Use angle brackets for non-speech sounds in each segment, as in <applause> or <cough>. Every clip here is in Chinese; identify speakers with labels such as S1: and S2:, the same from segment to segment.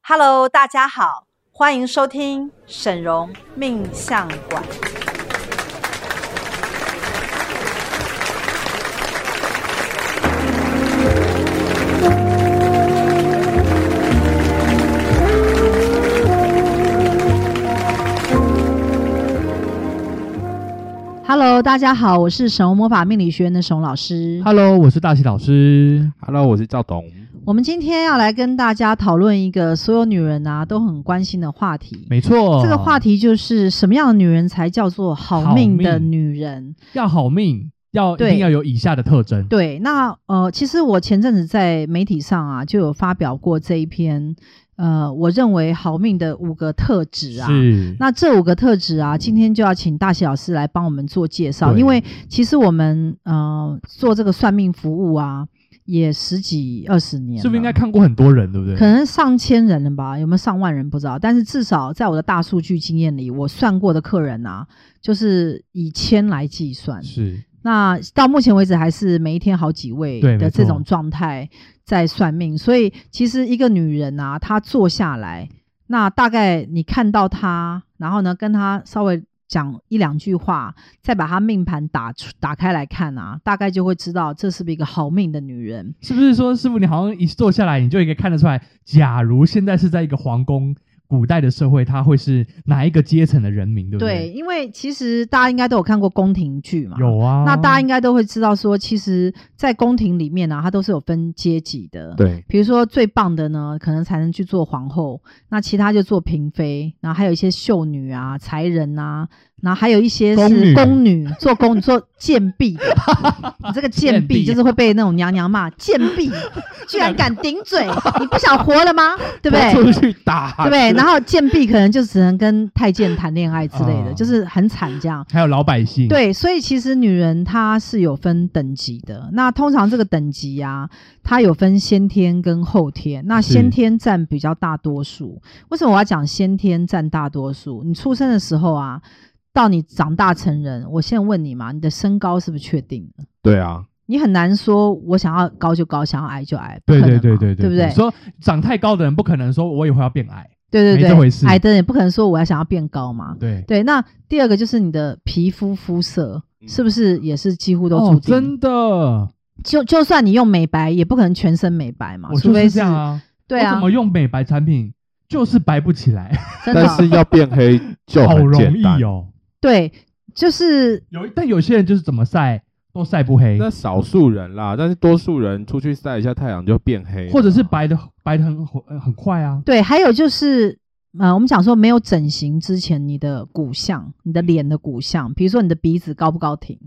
S1: Hello，大家好，欢迎收听沈荣命相馆。
S2: Hello，大家好，我是神魔法命理学院的沈老师。
S3: Hello，我是大喜老师。
S4: Hello，我是赵董。
S2: 我们今天要来跟大家讨论一个所有女人啊都很关心的话题。
S3: 没错，
S2: 这个话题就是什么样的女人才叫做好命的
S3: 好命
S2: 女人？
S3: 要好命，要一
S2: 对
S3: 定要有以下的特征。
S2: 对，那呃，其实我前阵子在媒体上啊就有发表过这一篇，呃，我认为好命的五个特质啊。
S3: 是，
S2: 那这五个特质啊，今天就要请大喜老师来帮我们做介绍，
S3: 对
S2: 因为其实我们呃做这个算命服务啊，也十几二十年了，
S3: 是不是应该看过很多人，对不对？
S2: 可能上千人了吧，有没有上万人不知道，但是至少在我的大数据经验里，我算过的客人啊，就是以千来计算。
S3: 是
S2: 那到目前为止，还是每一天好几位
S3: 对
S2: 的
S3: 没
S2: 这
S3: 错
S2: 种状态在算命，所以其实一个女人啊，她坐下来，那大概你看到她，然后呢，跟她稍微讲一两句话，再把她命盘打出打开来看啊，大概就会知道这是不是一个好命的女人。
S3: 是不是说师傅你好像一坐下来，你就可以看得出来，假如现在是在一个皇宫。古代的社会，他会是哪一个阶层的人民，对不
S2: 对，？因为其实大家应该都有看过宫廷剧嘛，
S3: 有啊，
S2: 那大家应该都会知道说，其实，在宫廷里面呢、啊它都是有分阶级的。，
S4: 对，
S2: 比如说最棒的呢，可能才能去做皇后，那其他就做嫔妃，然后还有一些秀女啊、才人啊，然后还有一些
S3: 宫
S2: 是
S3: 女
S2: 宫女，做宫女做贱婢的。你这个贱
S3: 贱婢
S2: 婢就是会被那种娘娘骂，贱
S3: <laughs>
S2: 婢居然敢顶嘴，你不想活了吗？对
S3: <laughs>
S2: 不对？
S4: 出去
S3: 啊
S4: 打，
S2: 对不对？然后贱婢可能就只能跟太监谈恋爱之类的，
S3: 啊
S2: 就是很惨这样。
S3: 还有老百姓，，
S2: 对，所以其实女人她是有分等级的。那通常这个等级啊，它有分先天跟后天。那
S3: 是
S2: 先天占比较大多数。为什么我要讲先天占大多数？你出生的时候啊，到你长大成人，我现在问你嘛，你的身高是不是确定的？
S4: 对啊，
S2: 你很难说我想要高就高，想要矮就矮，不
S3: 对
S2: 可能
S3: 对
S2: 嘛
S3: 对对
S2: 对不
S3: 对
S2: 对？
S3: 说长太高的人不可能说我以后要变矮，
S2: 对对
S3: 没
S2: 对，
S3: 这回事
S2: 矮的人也不可能说我要想要变高嘛。
S3: 对，
S2: 对，那第二个就是你的皮肤肤色
S4: 嗯
S2: 是不是也是几乎都
S3: 哦
S2: 注，定？
S3: 真的，
S2: 就就算你用美白，也不可能全身美白嘛，
S3: 我
S2: 除
S3: 就
S2: 非
S3: 是这样啊，
S2: 对
S3: 我怎
S2: 啊，
S3: 么用美白产品就是白不起来，
S2: 真的啊
S4: 但是要变黑就
S3: 好
S4: 很
S3: 容
S4: 简
S3: 易
S4: 单。
S3: 哦。
S2: 对，就是
S3: 有，但有些人就是怎么晒都晒不黑，
S4: 那少数人啦，但是多数人出去晒一下太阳就变黑了，
S3: 或者是白的白的很很很快啊。
S2: 对，还有就是。呃，我们讲说没有整形之前，你的骨相，你的脸的骨相，比如说你的鼻子高不高挺，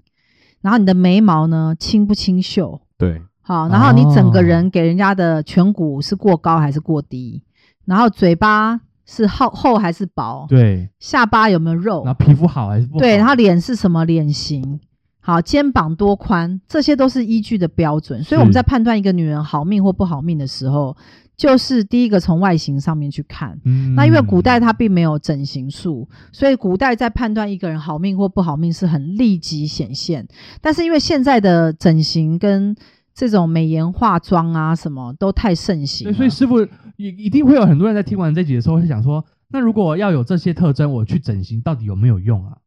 S2: 然后你的眉毛呢清不清秀，
S4: 对，
S2: 好，然后你整个
S3: 哦
S2: 人给人家的颧骨是过高还是过低，然后嘴巴是厚厚还是薄，
S3: 对，
S2: 下巴有没有肉，
S3: 然后皮肤好还是不好？
S2: 哦对，然后脸是什么脸型，好，肩膀多宽，这些都是依据的标准。所以我们
S3: 是
S2: 在判断一个女人好命或不好命的时候，就是第一个从外形上面去看。
S3: 嗯
S2: 那因为古代它并没有整形术，所以古代在判断一个人好命或不好命是很立即显现。但是因为现在的整形跟这种美颜化妆啊什么都太盛行
S3: 对，
S2: 了，
S3: 所以师傅一一定会有很多人在听完这集的时候会想说，那如果要有这些特征，我去整形到底有没有用啊？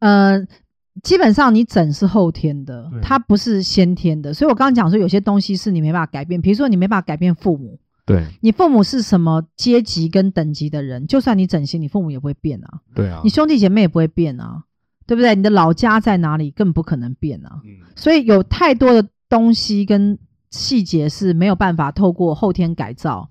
S2: 呃，基本上你整是后天的
S3: 对，
S2: 它不是先天的。所以我刚刚讲说，有些东西是你没办法改变，比如说你没办法改变父母，
S4: 对，
S2: 你父母是什么阶级跟等级的人，就算你整形，你父母也不会变啊，
S4: 对啊
S2: 你，兄弟姐妹也不会变啊，对不对？你的老家在哪里，更不可能变啊。
S4: 嗯，
S2: 所以有太多的东西跟细节是没有办法透过后天改造，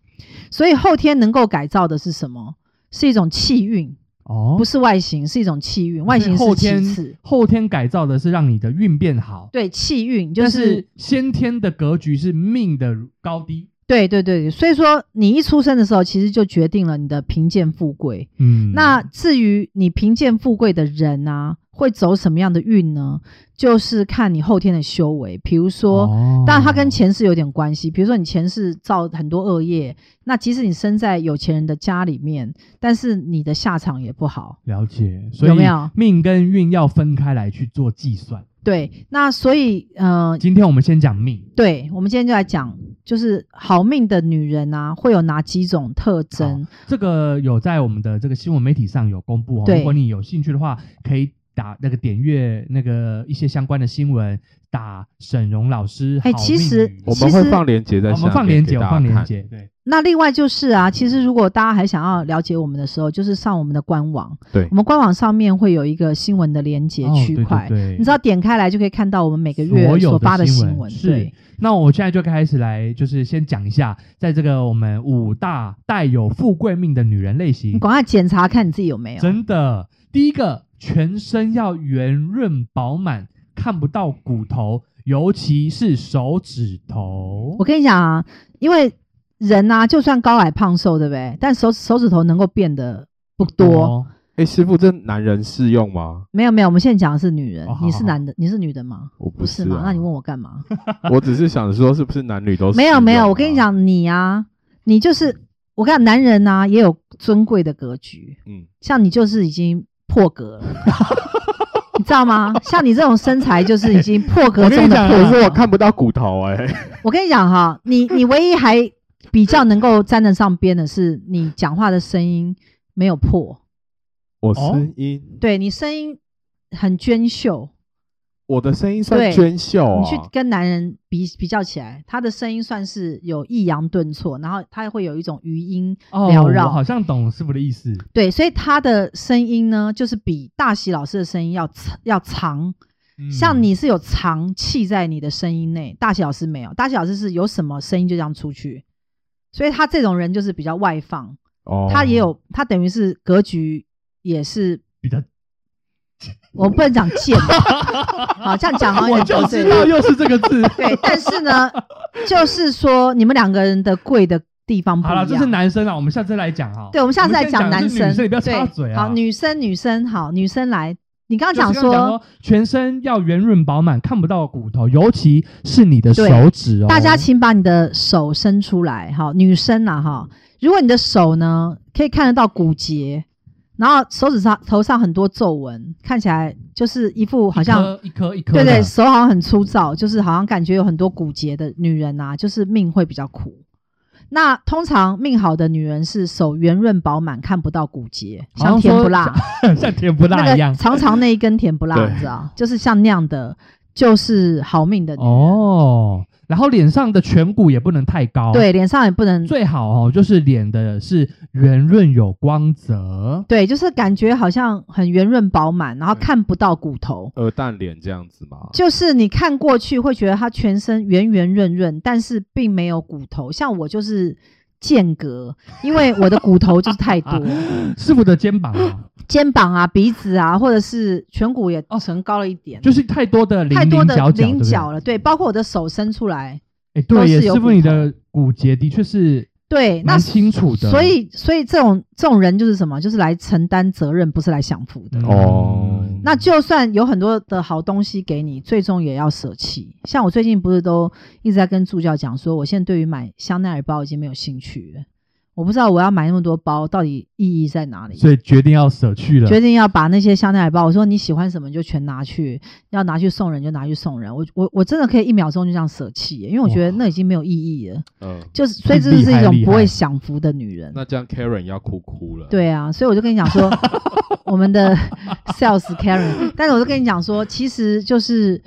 S2: 所以后天能够改造的是什么？是一种气运，
S3: 哦，
S2: 不
S3: 是
S2: 是外形，是一种气运。外形是
S3: 后
S2: 其
S3: 天
S2: 次。
S3: 后天改造的是让你的运变好，
S2: 对气运，就
S3: 但
S2: 是
S3: 是先天的格局是命的高低。
S2: 对对对，所以说你一出生的时候，其实就决定了你的贫贱富贵。
S3: 嗯
S2: 那至于你贫贱富贵的人啊，会走什么样的运呢？就是看你后天的修为，比如说。
S3: 哦
S2: 当然，它跟前世有点关系。比如说，你前世造很多恶业，那即使你生在有钱人的家里面，但是你的下场也不好。
S3: 了解，所以
S2: 有没有
S3: 命跟运要分开来去做计算？
S2: 对，那所以，呃，
S3: 今天我们先讲命，
S2: 对，我们今天就来讲就是好命的女人啊，会有哪几种特征？
S3: 这个有在我们的这个新闻媒体上有公布哦。
S2: 对
S3: 如果你有兴趣的话，可以打那个点阅那个一些相关的新闻，打沈荣老师。
S2: 哎
S3: 好
S2: 其
S3: 命
S2: 实
S3: 女
S4: 我
S2: 其
S4: 们会
S2: 实
S4: 放链接在
S3: 我
S4: 下面，
S3: 们放链接，
S4: 给
S3: 哦我
S4: 大家
S3: 放链
S4: 看。
S3: 接，对，
S2: 那另外就是啊，其实如果大家还想要了解我们的时候，就是上我们的官网，
S4: 对
S2: 我们官网上面会有一个新闻的连接
S3: 哦
S2: 区
S3: 对对
S2: 块，
S3: 对
S2: 你知道点开来就可以看到我们每个月
S3: 所有
S2: 所发
S3: 的
S2: 新
S3: 闻
S2: 闻，
S3: 是
S2: 对，。
S3: 那我现在就开始来，就是先讲一下，在这个我们五大带有富贵命的女人类型
S2: 你，赶快检查看你自己有没有。
S3: 真的，第一个全身要圆润饱满，看不到骨头，尤其是手指头
S2: 我。跟你讲啊，因为人啊，就算高矮胖瘦，对不对？但手手指头能够变得不多。
S3: 哦，
S4: 哎，师傅，这男人适用吗？
S2: 没有没有，我们现在讲的是女人，
S3: 哦好
S2: 你
S3: 好
S2: 是
S3: 好
S2: 男的，你是女的吗？
S4: 我
S2: 不
S4: 是
S2: 嘛，
S4: 啊
S2: 那你问我干嘛？
S4: 我只是想说，是不是男女都
S2: 没有没有，我
S4: 适
S2: 跟你
S4: 用啊，
S2: 讲，你啊，你就是我跟你讲，男人呐、也有尊贵的格局，
S4: 嗯，
S2: 像你就是已经破格
S3: <laughs>
S2: 了，你知道吗？像你这种身材就是已经破格
S3: <laughs> 我跟你
S2: 中的
S3: 讲啊
S2: 破
S4: 可
S2: 格。
S4: 是我看不到骨头哎，
S2: 我跟你讲哈，你你唯一还比较能够沾得上边的是你讲话的声音没有破，
S4: 我
S3: 哦
S4: 声音，
S2: 对你声音很娟秀。
S4: 我的声音算
S2: 对
S4: 娟秀
S3: 哦
S4: 啊
S2: 你去跟男人比比较起来，他的声音算是有抑扬顿挫，然后他会有一种余音
S3: 哦，
S2: 缭
S3: 我
S2: 绕。
S3: 好像懂师傅的意思。
S2: 对，所以他的声音呢，就是比大喜老师的声音要长要长。
S3: 嗯
S2: 像你是有长气在你的声音内，大喜老师没有。大喜老师是有什么声音就这样出去，所以他这种人就是比较外放，
S4: 哦，
S2: 他也有他等于是格局也是
S3: 比较，
S2: 我不能讲贱， <laughs> 好这样讲好像
S3: 我
S2: 有点
S3: 就
S2: 得罪
S3: 知道
S2: 人。
S3: 又是这个字。
S2: <laughs> 对，但是呢，就是说你们两个人的贵的地方不一
S3: 好了，
S2: 样。
S3: 这是男生啦，我们下次来讲哈。
S2: 对，我们下次来
S3: 我
S2: 讲
S3: 们
S2: 男
S3: 现在
S2: 生。
S3: 的是女生你不要插
S2: 对，
S3: 嘴啊。
S2: 好，女生女生好，女生来。你刚刚
S3: 就是
S2: 讲
S3: 刚刚讲
S2: 说，
S3: 说，全身要圆润饱满，看不到骨头，尤其是你的
S2: 对
S3: 手指哦。
S2: 大家请把你的手伸出来，哈，女生呐、哈，如果你的手呢可以看得到骨节，然后手指上头上很多皱纹，看起来就是一副好像
S3: 一颗一颗一颗
S2: 对
S3: 的，
S2: 对，手好像很粗糙，就是好像感觉有很多骨节的女人啊，就是命会比较苦。那通常命好的女人是手圆润饱满，看不到骨节，
S3: 好像
S2: 像甜
S3: 说
S2: 不辣，
S3: 像甜不
S2: 那
S3: 辣一样 <laughs>
S2: 个。长长那一根甜不辣，
S4: 对
S2: 你知道，就是像那样的，就是好命的女人。
S3: 哦，然后脸上的颧骨也不能太高，，
S2: 对，脸上也不能
S3: 最好哦，就是脸的是圆润有光泽。
S2: 对，就是感觉好像很圆润饱满，然后看不到骨头。
S4: 鹅蛋脸这样子嘛，
S2: 就是你看过去会觉得她全身圆圆润润，但是并没有骨头。像我就是间隔，因为我的骨头就是太
S3: <laughs>
S2: 多，
S3: 师傅的肩
S2: <gasps>
S3: 膀啊，
S2: 肩膀啊、鼻子啊，或者是颧骨也
S3: 哦
S2: 成高了一点，
S3: 就是太多的棱
S2: 太多
S3: 棱
S2: 的
S3: 角角，
S2: 棱角
S3: 了。
S2: 了。对，包括我的手伸出来，
S3: 哎，对耶，
S2: 都是有
S3: 师
S2: 骨
S3: 傅
S2: 头
S3: 你的骨节的确是
S2: 对，那
S3: 蛮清楚的，
S2: 所以，所以这种这种人就是什么？就是来承担责任，不是来享福的。
S3: 嗯
S4: 哦
S2: 那就算有很多的好东西给你，最终也要舍弃。像我最近不是都一直在跟助教讲说，我现在对于买香奈儿包已经没有兴趣了。我不知道我要买那么多包到底意义在哪里。
S3: 所以决定要舍去了。
S2: 决定要把那些香奈儿包，我说你喜欢什么你就全拿去，要拿去送人就拿去送人。我我我真的可以一秒钟就这样舍弃耶，因为我觉得
S3: 哇
S2: 那已经没有意义了。
S4: 嗯，
S2: 就是所以这
S3: 厉
S2: 就是
S3: 害
S2: 一种
S3: 厉
S2: 不
S3: 害
S2: 会享福的女人。
S4: 那这样 Karen 要哭哭了，，
S2: 对啊，所以我就跟你讲
S3: <laughs>
S2: 说，我们的 sales Karen，但是我就跟你讲说，其实就是，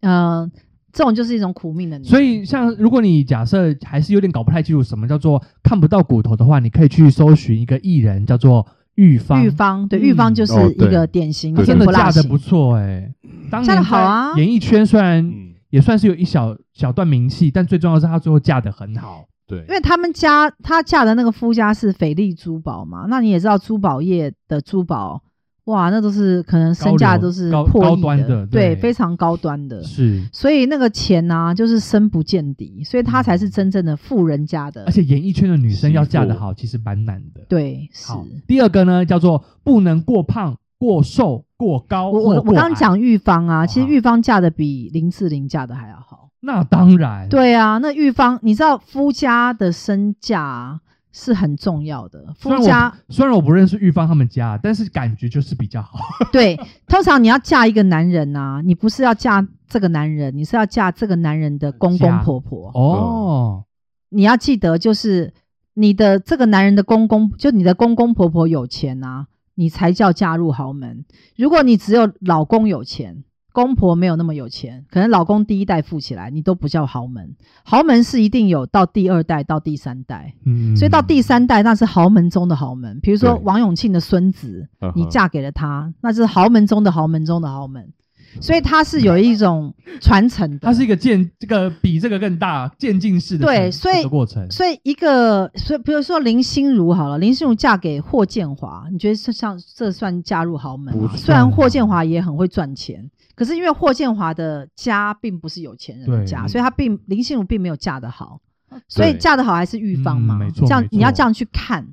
S2: 呃，这种就是一种苦命的女人。
S3: 所以，像如果你假设还是有点搞不太清楚什么叫做看不到骨头的话，你可以去搜寻一个艺人叫做玉芳，
S2: 玉芳对玉芳
S3: 嗯
S2: 就是
S4: 哦
S2: 一
S4: 对
S2: 个典型
S4: 对
S3: 她
S2: 甜
S3: 真
S2: 不
S3: 的
S2: 辣
S3: 嫁的
S2: 型
S3: 不，错哎、当
S2: 嫁
S3: 年
S2: 得好啊
S3: 在演艺圈虽然
S4: 嗯，
S3: 也算是有一小小段名气，但最重要的是她最后嫁的很好。
S4: 对
S2: 因，为他们家她嫁的那个夫家是斐丽珠宝嘛，那你也知道珠宝业的珠宝，哇，那都是可能身价
S3: 流
S2: 都是
S3: 高
S2: 破
S3: 高
S2: 亿
S3: 端的对
S2: 对，非常高端的。
S3: 是，
S2: 所以那个钱呢、就是深不见底，所以她才是真正的富人家的
S3: 而且演艺圈的女生要
S4: 媳妇
S3: 嫁的好，其实蛮难的。
S2: 对，是。
S3: 好，第二个呢叫做不能过胖、过瘦、过高
S2: 我我
S3: 或
S2: 我
S3: 过
S2: 刚刚
S3: 矮
S2: 讲玉芳啊，
S3: 哦
S2: 其实
S3: 好
S2: 玉芳嫁的比林志玲嫁的还要好。
S3: 那当然，
S2: 对啊，那玉芳，你知道夫家的身价啊是很重要的。夫
S3: 虽然我
S2: 家
S3: 虽然我不认识玉芳他们家，但是感觉就是比较好。
S2: 对，通常你要嫁一个男人啊，你不是要嫁这个男人，你是要嫁这个男人的公公
S3: 嫁
S2: 婆婆。
S3: 哦，
S2: 你要记得，就是你的这个男人的公公，就你的公公婆婆有钱啊，你才叫嫁入豪门。如果你只有老公有钱，公婆没有那么有钱，可能老公第一代富起来，你都不叫豪门。豪门是一定有到第二代到第三代，
S3: 嗯
S2: 所以到第三代那是豪门中的豪门。比如说
S4: 对
S2: 王永庆的孙子，
S3: 啊
S4: 嗯
S2: 你
S4: 哼
S2: 嫁给了他，那是豪门中的豪门中的豪门。所以他是有一种传承的，
S3: 它是一个渐这个比这个更大渐进式的
S2: 对
S3: 成
S2: 所以
S3: 这个过程，
S2: 所以一个，所以比如说林心如好了，林心如嫁给霍建华，你觉得这像这算嫁入豪门
S4: 不
S2: 吗？
S4: 算
S2: 虽然霍建华也很会赚钱，可是因为霍建华的家并不是有钱人的
S3: 对
S2: 家，
S3: 嗯
S2: 所以他并林心如并没有嫁得好，所以
S4: 对
S2: 嫁得好还是玉芳嘛，
S3: 嗯没错
S2: 这样
S3: 没错
S2: 你要这样去看，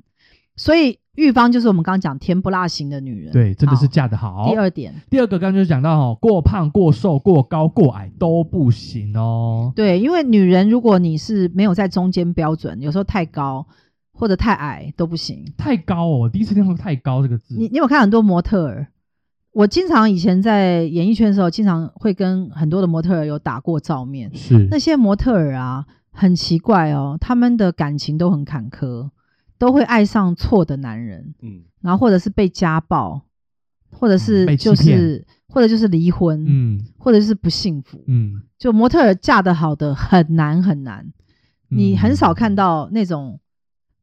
S2: 所以玉芳就是我们刚刚讲甜不辣型的女人，
S3: 对，真的是
S2: 好
S3: 嫁得好。
S2: 第二点，
S3: 第二个刚刚就讲到哦，过胖、过瘦、过高、过矮都不行哦。
S2: 对，因为女人如果你是没有在中间标准，有时候太高或者太矮都不行。
S3: 太高哦，我第一次听到“太高”这个字。
S2: 你你有看很多模特儿？我经常以前在演艺圈的时候，经常会跟很多的模特儿有打过照面。
S3: 是
S2: 那些模特儿啊，很奇怪哦，他们的感情都很坎坷，都会爱上错的男人，
S4: 嗯，
S2: 然后或者是被家暴，或者
S3: 嗯
S2: 是
S3: 被欺
S2: 就是、或者就是离婚，
S3: 嗯
S2: 或者是不幸福。
S3: 嗯，
S2: 就模特儿嫁得好的很难很难，
S3: 嗯
S2: 你很少看到那种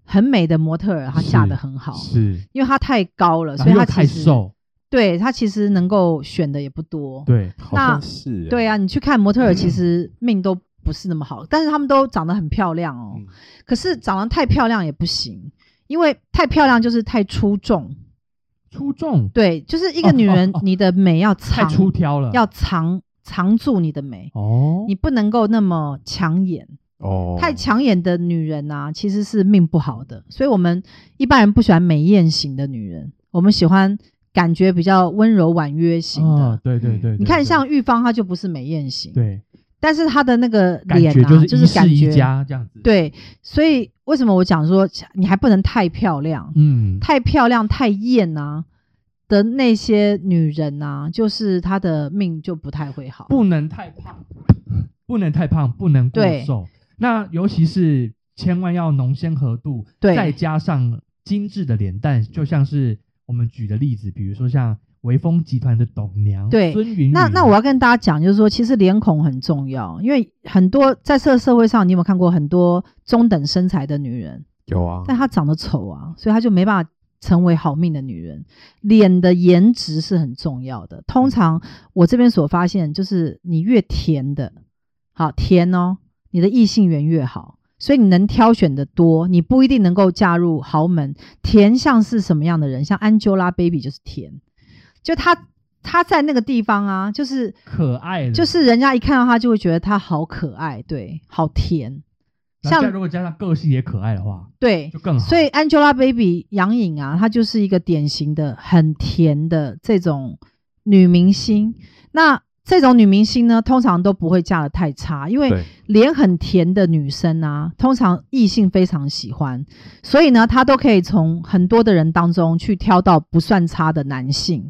S2: 很美的模特儿，她嫁
S3: 是
S2: 得很好。
S3: 是，
S2: 因为她太高了，
S3: 然后
S2: 所以
S3: 又
S2: 她其
S3: 太
S2: 实
S3: 瘦，
S2: 对他其实能够选的也不多。
S3: 对，
S4: 好
S2: 那
S4: 像是欸
S2: 对，啊，你去看模特儿，其实命都不是那么好，但是他们都长得很漂亮哦。
S4: 嗯
S2: 可是长得太漂亮也不行，因为太漂亮就是太出众。
S3: 出众，
S2: 对，就是一个女人，
S3: 哦哦哦
S2: 你的美要
S3: <laughs> 太
S2: 藏，
S3: 出挑了，
S2: 要藏藏住你的美，
S3: 哦，
S2: 你不能够那么抢眼。
S4: 哦，
S2: 太抢眼的女人啊，其实是命不好的。所以我们一般人不喜欢美艳型的女人，我们喜欢感觉比较温柔婉约型的。
S3: 啊，对对
S4: 嗯
S3: 对，
S2: 你
S3: 对
S2: 看，
S3: 对
S2: 像玉芳，她就不是美艳型，
S3: 对，
S2: 但是她的那个
S3: 感
S2: 脸
S3: 觉
S2: 啊，
S3: 是
S2: 就
S3: 一
S2: 是感
S3: 世一
S2: 觉，
S3: 家这样子，，
S2: 对，所以为什么我讲说你还不能太漂亮，
S3: 嗯，
S2: 太漂亮、太艳啊的那些女人啊，就是她的命就不太会好。
S3: 不能太胖，不能太胖，不能过
S2: 对
S3: 瘦。那尤其是千万要浓鲜合度，
S2: 对
S3: 再加上精致的脸蛋，就像是我们举的例子，比如说像微风集团的董娘，
S2: 对
S3: 孙云云，
S2: 那那我要跟大家讲，就是说，其实脸孔很重要，因为很多在这个社会上，你有没有看过很多中等身材的女人，
S4: 有啊，
S2: 但她长得丑啊，所以她就没办法成为好命的女人。脸的颜值是很重要的。通常我这边所发现，就是你越甜的，好甜哦，你的异性缘越好。所以你能挑选的多，你不一定能够嫁入豪门。甜像是什么样的人？像 Angelababy 就是甜，就她她在那个地方啊，就是
S3: 可爱了，
S2: 就是人家一看到她就会觉得她好可爱，对，好甜。
S3: 然
S2: 像
S3: 后加如果加上个性也可爱的话，
S2: 对，
S3: 就更好。
S2: 所以 Angelababy 杨颖啊，她就是一个典型的很甜的这种女明星。那这种女明星呢，通常都不会嫁得太差，因为
S4: 对
S2: 脸很甜的女生啊，通常异性非常喜欢，所以呢，她都可以从很多的人当中去挑到不算差的男性。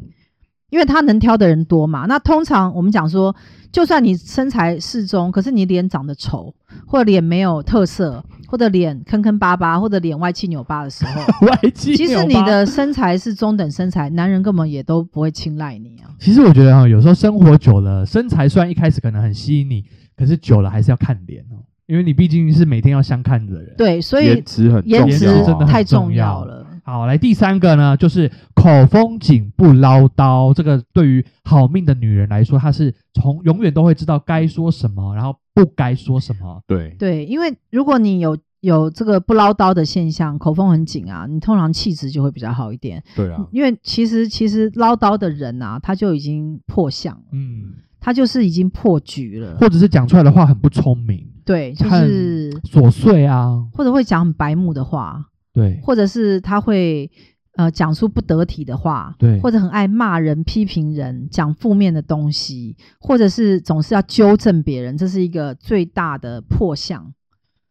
S2: 因为她能挑的人多嘛，那通常我们讲说，就算你身材适中，可是你脸长得丑，或者脸没有特色，或者脸坑坑巴巴，或者脸歪七扭八的时候，
S3: 外肌
S2: 即使
S3: 扭
S2: 你
S3: 巴
S2: 的身材是中等身材，男人根本也都不会青睐你啊。
S3: 其实我觉得哈、有时候生活久了，身材虽然一开始可能很吸引你，可是久了还是要看脸哦，因为你毕竟是每天要相看的人。，
S2: 对，所以
S4: 颜值很
S2: 颜
S4: 重
S2: 值
S4: 要啊
S3: 真的很
S2: 太
S3: 重
S2: 重
S3: 要
S2: 要了。
S3: 好，来第三个呢，就是口风紧不唠叨，这个对于好命的女人来说，她是从永远都会知道该说什么，然后不该说什么。
S4: 对
S2: 对，因为如果你有有这个不唠叨的现象，口风很紧啊，你通常气质就会比较好一点。
S4: 对啊，
S2: 因为其实其实唠叨的人啊，他就已经破相了，
S3: 嗯，
S2: 他就是已经破局了。
S3: 或者是讲出来的话很不聪明、
S2: 对，就
S3: 很
S2: 是
S3: 琐碎啊，
S2: 或者会讲很白目的话，
S3: 对，
S2: 或者是他会呃讲出不得体的话，
S3: 对
S2: 或者很爱骂人、批评人、讲负面的东西，或者是总是要纠正别人，这是一个最大的破相。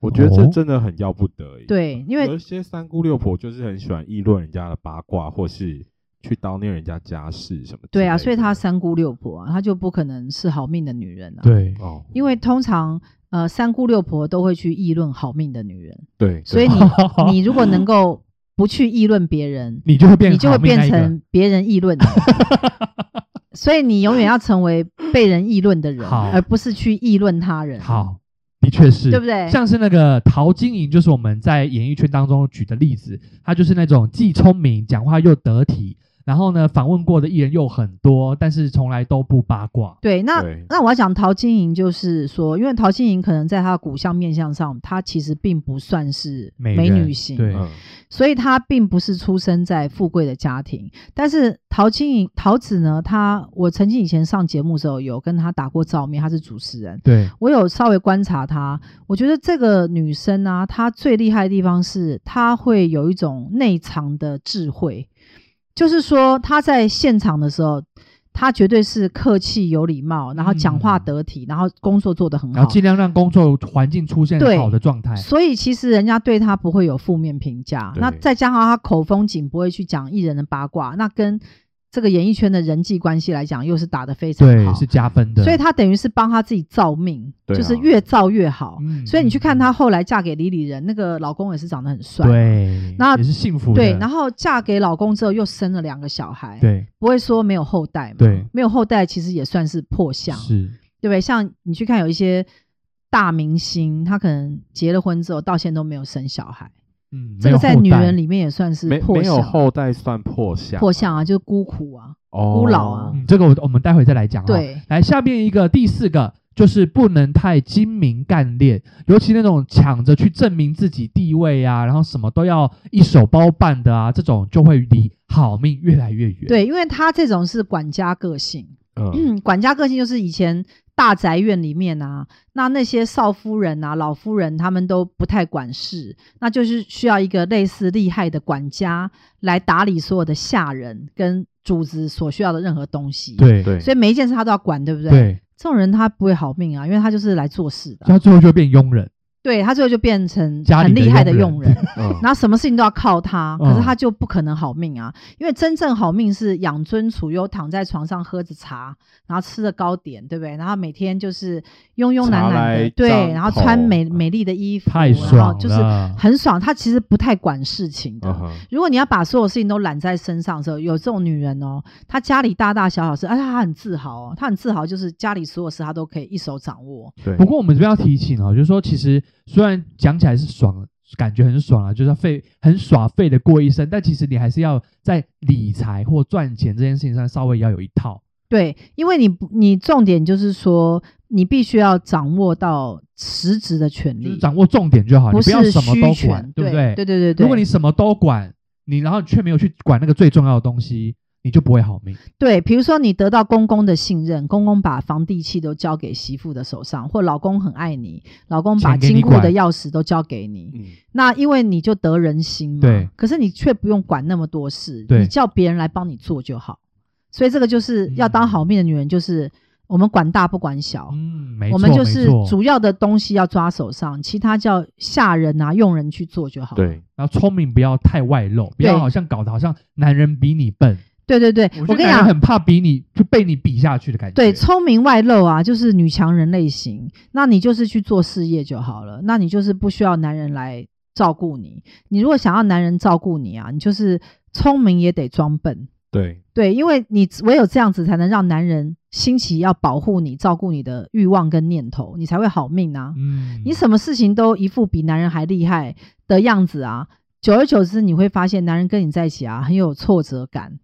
S4: 我觉得这
S3: 哦
S4: 真的很要不得欸，
S2: 对，因
S4: 有
S2: 为
S4: 一些三姑六婆就是很喜欢议论人家的八卦，或是去叨念人家家事什么之类的。
S2: 对啊，所以她三姑六婆啊，她就不可能是好命的女人啊。，
S3: 对，
S4: 哦，
S2: 因为通常呃三姑六婆都会去议论好命的女人，
S4: 对，
S2: 所以
S4: 对
S2: 你你如果能够不去议论别人，
S3: 你就会 <laughs> 变，
S2: 你就会变。成别人议
S3: <laughs>
S2: 论的。所以你永远要成为被人议论的人，
S3: 好
S2: 而不是去议论他人。，
S3: 好，的确是，
S2: 对不对
S3: 像是那个陶晶莹，就是我们在演艺圈当中举的例子，她就是那种既聪明，讲话又得体，然后呢，访问过的艺人又很多，但是从来都不八卦。
S2: 对，那
S4: 对
S2: 那我要讲陶晶莹，就是说，因为陶晶莹可能在她的骨相面相上，她其实并不算是
S3: 美
S2: 美
S3: 人
S2: 女型，
S3: 对
S4: 嗯，
S2: 所以她并不是出生在富贵的家庭。但是陶晶莹、陶子呢，她我曾经以前上节目的时候有跟她打过照面，她是主持人，
S3: 对，
S2: 我有稍微观察她，我觉得这个女生啊，她最厉害的地方是她会有一种内藏的智慧，就是说她在现场的时候，她绝对是客气有礼貌，然后讲话得体，然后工作做得很
S3: 嗯然
S2: 好
S3: 后。尽量让工作环境出现
S2: 对
S3: 好的状态。
S2: 所以其实人家对她不会有负面评价，
S4: 对
S2: 那再加上她口风紧，不会去讲艺人的八卦，那跟这个演艺圈的人际关系来讲，又是打得非常
S3: 对，
S2: 好，
S3: 是加分的。
S2: 所以她等于是帮她自己造命，
S4: 对啊
S2: 就是越造越好。
S3: 嗯
S2: 所以你去看她后来嫁给李李仁，那个老公也是长得很帅，
S3: 对，
S2: 那
S3: 也是幸福的。
S2: 对然后嫁给老公之后又生了两个小孩，
S3: 对
S2: 不会说没有后代嘛？
S3: 对
S2: 没有后代其实也算是破相，
S3: 是，
S2: 对不对？像你去看有一些大明星，他可能结了婚之后到现在都没有生小孩，
S3: 嗯，
S2: 这个在女人
S3: 里，
S2: 里面也算是
S4: 没
S2: 破
S4: 没有
S2: 相，
S4: 后代算破相，
S2: 破相啊，就是孤苦啊，
S4: 哦，
S2: 孤老啊
S3: 嗯，这个我我们待会再来讲。哈。
S2: 对
S3: 来下面一个第四个就是不能太精明干练，尤其那种抢着去证明自己地位啊，然后什么都要一手包办的啊，这种就会离好命越来越远。
S2: 对，因为他这种是管家个性。
S4: 嗯，
S2: 嗯，管家个性就是以前大宅院里面啊，那那些少夫人啊、老夫人他们都不太管事，那就是需要一个类似厉害的管家来打理所有的下人跟主子所需要的任何东西。，
S3: 对
S4: 对，
S2: 所以每一件事他都要管，对不对？，
S3: 对，
S2: 这种人他不会好命啊，因为他就是来做事
S3: 所以
S2: 的。
S3: 他最后就会变庸人。
S2: 对他最后就变成
S3: 家里
S2: 很
S3: 的
S2: 厉害
S3: 佣
S2: 的佣
S3: 人
S2: 人，
S3: <laughs>
S4: 嗯
S2: 然后什么事情都要靠他，可是
S3: 嗯
S2: 他就不可能好命啊，因为真正好命是养尊处优，躺在床上喝着茶，然后吃着糕点，对不对？然后每天就是慵慵懒
S4: 茶
S2: 懒
S4: 来
S2: 的，对
S4: 张，
S2: 然后
S4: 口
S2: 穿美美丽的衣服，啊
S3: 太爽
S2: 然后就是
S3: 了
S2: 很爽。他其实不太管事情的。
S4: 嗯哼
S2: 如果你要把所有事情都揽在身上的时候，有这种女人哦，她家里大大小小事，而且她很自豪哦，她很自豪，就是家里所有事她都可以一手掌握。
S4: 对，
S3: 不过我们这边要提醒哦，就是说，其实虽然讲起来是爽，感觉很爽啊，就是要费很耍费的过一生，但其实你还是要在理财或赚钱这件事情上稍微要有一套。
S2: 对，因为你不你重点就是说，你必须要掌握到实质的权
S3: 就是
S2: 利，
S3: 掌握重点就好，
S2: 不
S3: 你不要
S2: 是
S3: 什么都
S2: 虚
S3: 管
S2: 权，，
S3: 对不
S2: 对？对对对对。
S3: 如果你什么都管，你然后却没有去管那个最重要的东西，你就不会好命。
S2: 对，比如说你得到公公的信任，公公把房地契都交给媳妇的手上，或老公很爱你，老公把
S3: 钱给你
S2: 金库
S3: 管
S2: 的钥匙都交给你，
S4: 嗯
S2: 那因为你就得人心嘛。
S3: 对。
S2: 可是你却不用管那么多事，
S3: 对嗯
S2: 你叫别人来帮你做就好。所以这个就是要当好命的女人，就是我们管大不管小。
S3: 嗯，没错，
S2: 我们就是
S3: 没错
S2: 主要的东西要抓手上，其他叫下人啊、用人去做就好。
S4: 对，
S3: 然后聪明不要太外露，不要
S2: 对
S3: 好像搞得好像男人比你笨。
S2: 对对对，
S3: 觉
S2: 我
S3: 得
S2: 跟你
S3: 男人
S2: 讲，
S3: 很怕比你就被你比下去的感觉。
S2: 对聪明外露啊，就是女强人类型。那你就是去做事业就好了，那你就是不需要男人来照顾你。你如果想要男人照顾你啊，你就是聪明也得装笨。
S4: 对，
S2: 对，因为你唯有这样子，才能让男人兴起要保护你、照顾你的欲望跟念头，你才会好命啊。
S3: 嗯，
S2: 你什么事情都一副比男人还厉害的样子啊，久而久之，你会发现男人跟你在一起啊，很有挫折感，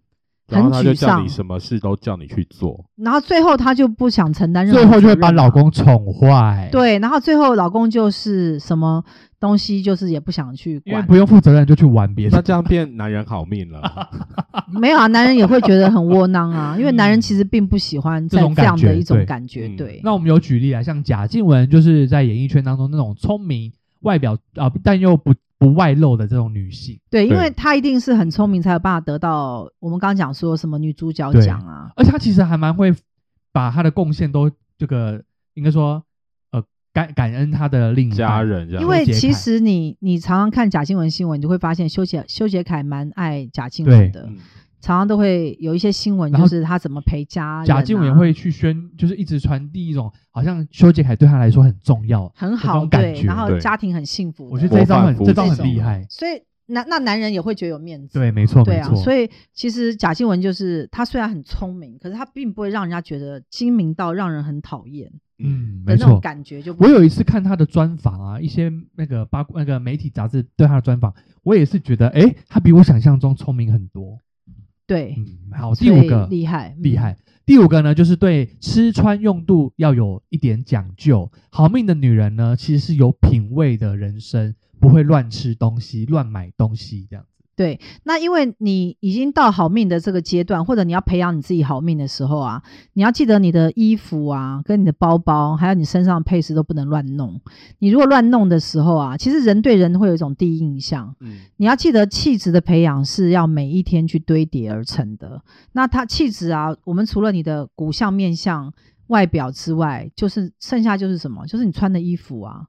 S2: 很
S4: 然后他就
S2: 沮
S4: 叫
S2: 丧
S4: 你，什么事都叫你去做，
S2: 然后最后他就不想承担任何
S3: 最后就会
S2: 责任
S3: 把
S2: 嘛
S3: 老公宠坏。，
S2: 对，然后最后老公就是什么东西就是也不想去
S3: 因为
S2: 管，
S3: 不用负责任就去玩别
S4: 那
S3: 的。
S4: 这样变男人好命了。 <laughs>
S2: 没有啊，男人也会觉得很窝囊啊，因为男人其实并不喜欢
S3: <laughs> 这
S2: 在
S3: 种
S2: 这
S3: 感
S2: 样的
S3: 觉
S2: 一种
S3: 对
S2: 感觉，
S4: 嗯
S2: 对，
S3: 那我们有举例啊，像贾静雯就是在演艺圈当中那种聪明、外表啊、但又不不外露的这种女性。
S2: 对，因
S4: 对
S2: 为他一定是很聪明，才有办法得到我们刚刚讲说什么女主角
S3: 对
S2: 奖啊，
S3: 而且他其实还蛮会把他的贡献都这个应该说呃感感恩他的另一
S4: 家
S3: 半，
S4: 人这样，
S2: 因为
S3: 杰
S2: 其
S3: 楷
S2: 实你你常常看贾静雯新闻，你就会发现修杰修杰楷蛮爱贾静雯的
S4: 嗯，
S2: 常常都会有一些新闻，
S3: 然后
S2: 就是他怎么陪家人、啊。
S3: 贾静雯也会去宣，就是一直传递一种好像修杰楷对她来说很重要，
S2: 很
S3: 那
S2: 好，
S3: 种感
S2: 对，
S3: 觉
S2: 然后
S4: 对
S2: 家庭很幸福的。
S3: 我觉得这一招很
S4: 模范夫妻
S3: 这招很厉害。
S2: 所以男那男人也会觉得有面子。
S3: 对，没错，
S2: 对
S3: 没
S2: 啊
S3: 错。，
S2: 所以其实贾静雯就是她虽然很聪明，可是她并不会让人家觉得精明到让人很讨厌
S3: 嗯，
S2: 的
S3: 没
S2: 那种
S3: 错。
S2: 感觉就不
S3: 我有一次看他的专访啊，一些那个八卦那个媒体杂志对他的专访，我也是觉得，诶，他比我想象中聪明很多。
S2: 对。
S3: 嗯，好，第五
S2: 所
S3: 个
S2: 以厉害，
S3: 厉
S2: 嗯。
S3: 害。第五个呢，就是对吃穿用度要有一点讲究。好命的女人呢，其实是有品味的人生，不会乱吃东西、乱买东西这样子。
S2: 那因为你已经到好命的这个阶段，或者你要培养你自己好命的时候啊，你要记得你的衣服啊、跟你的包包，还有你身上的配饰都不能乱弄。你如果乱弄的时候啊，其实人对人会有一种第一印象，
S4: 嗯，
S2: 你要记得，气质的培养是要每一天去堆叠而成的。那它气质啊，我们除了你的骨相、面相、外表之外，就是剩下就是什么？就是你穿的衣服啊，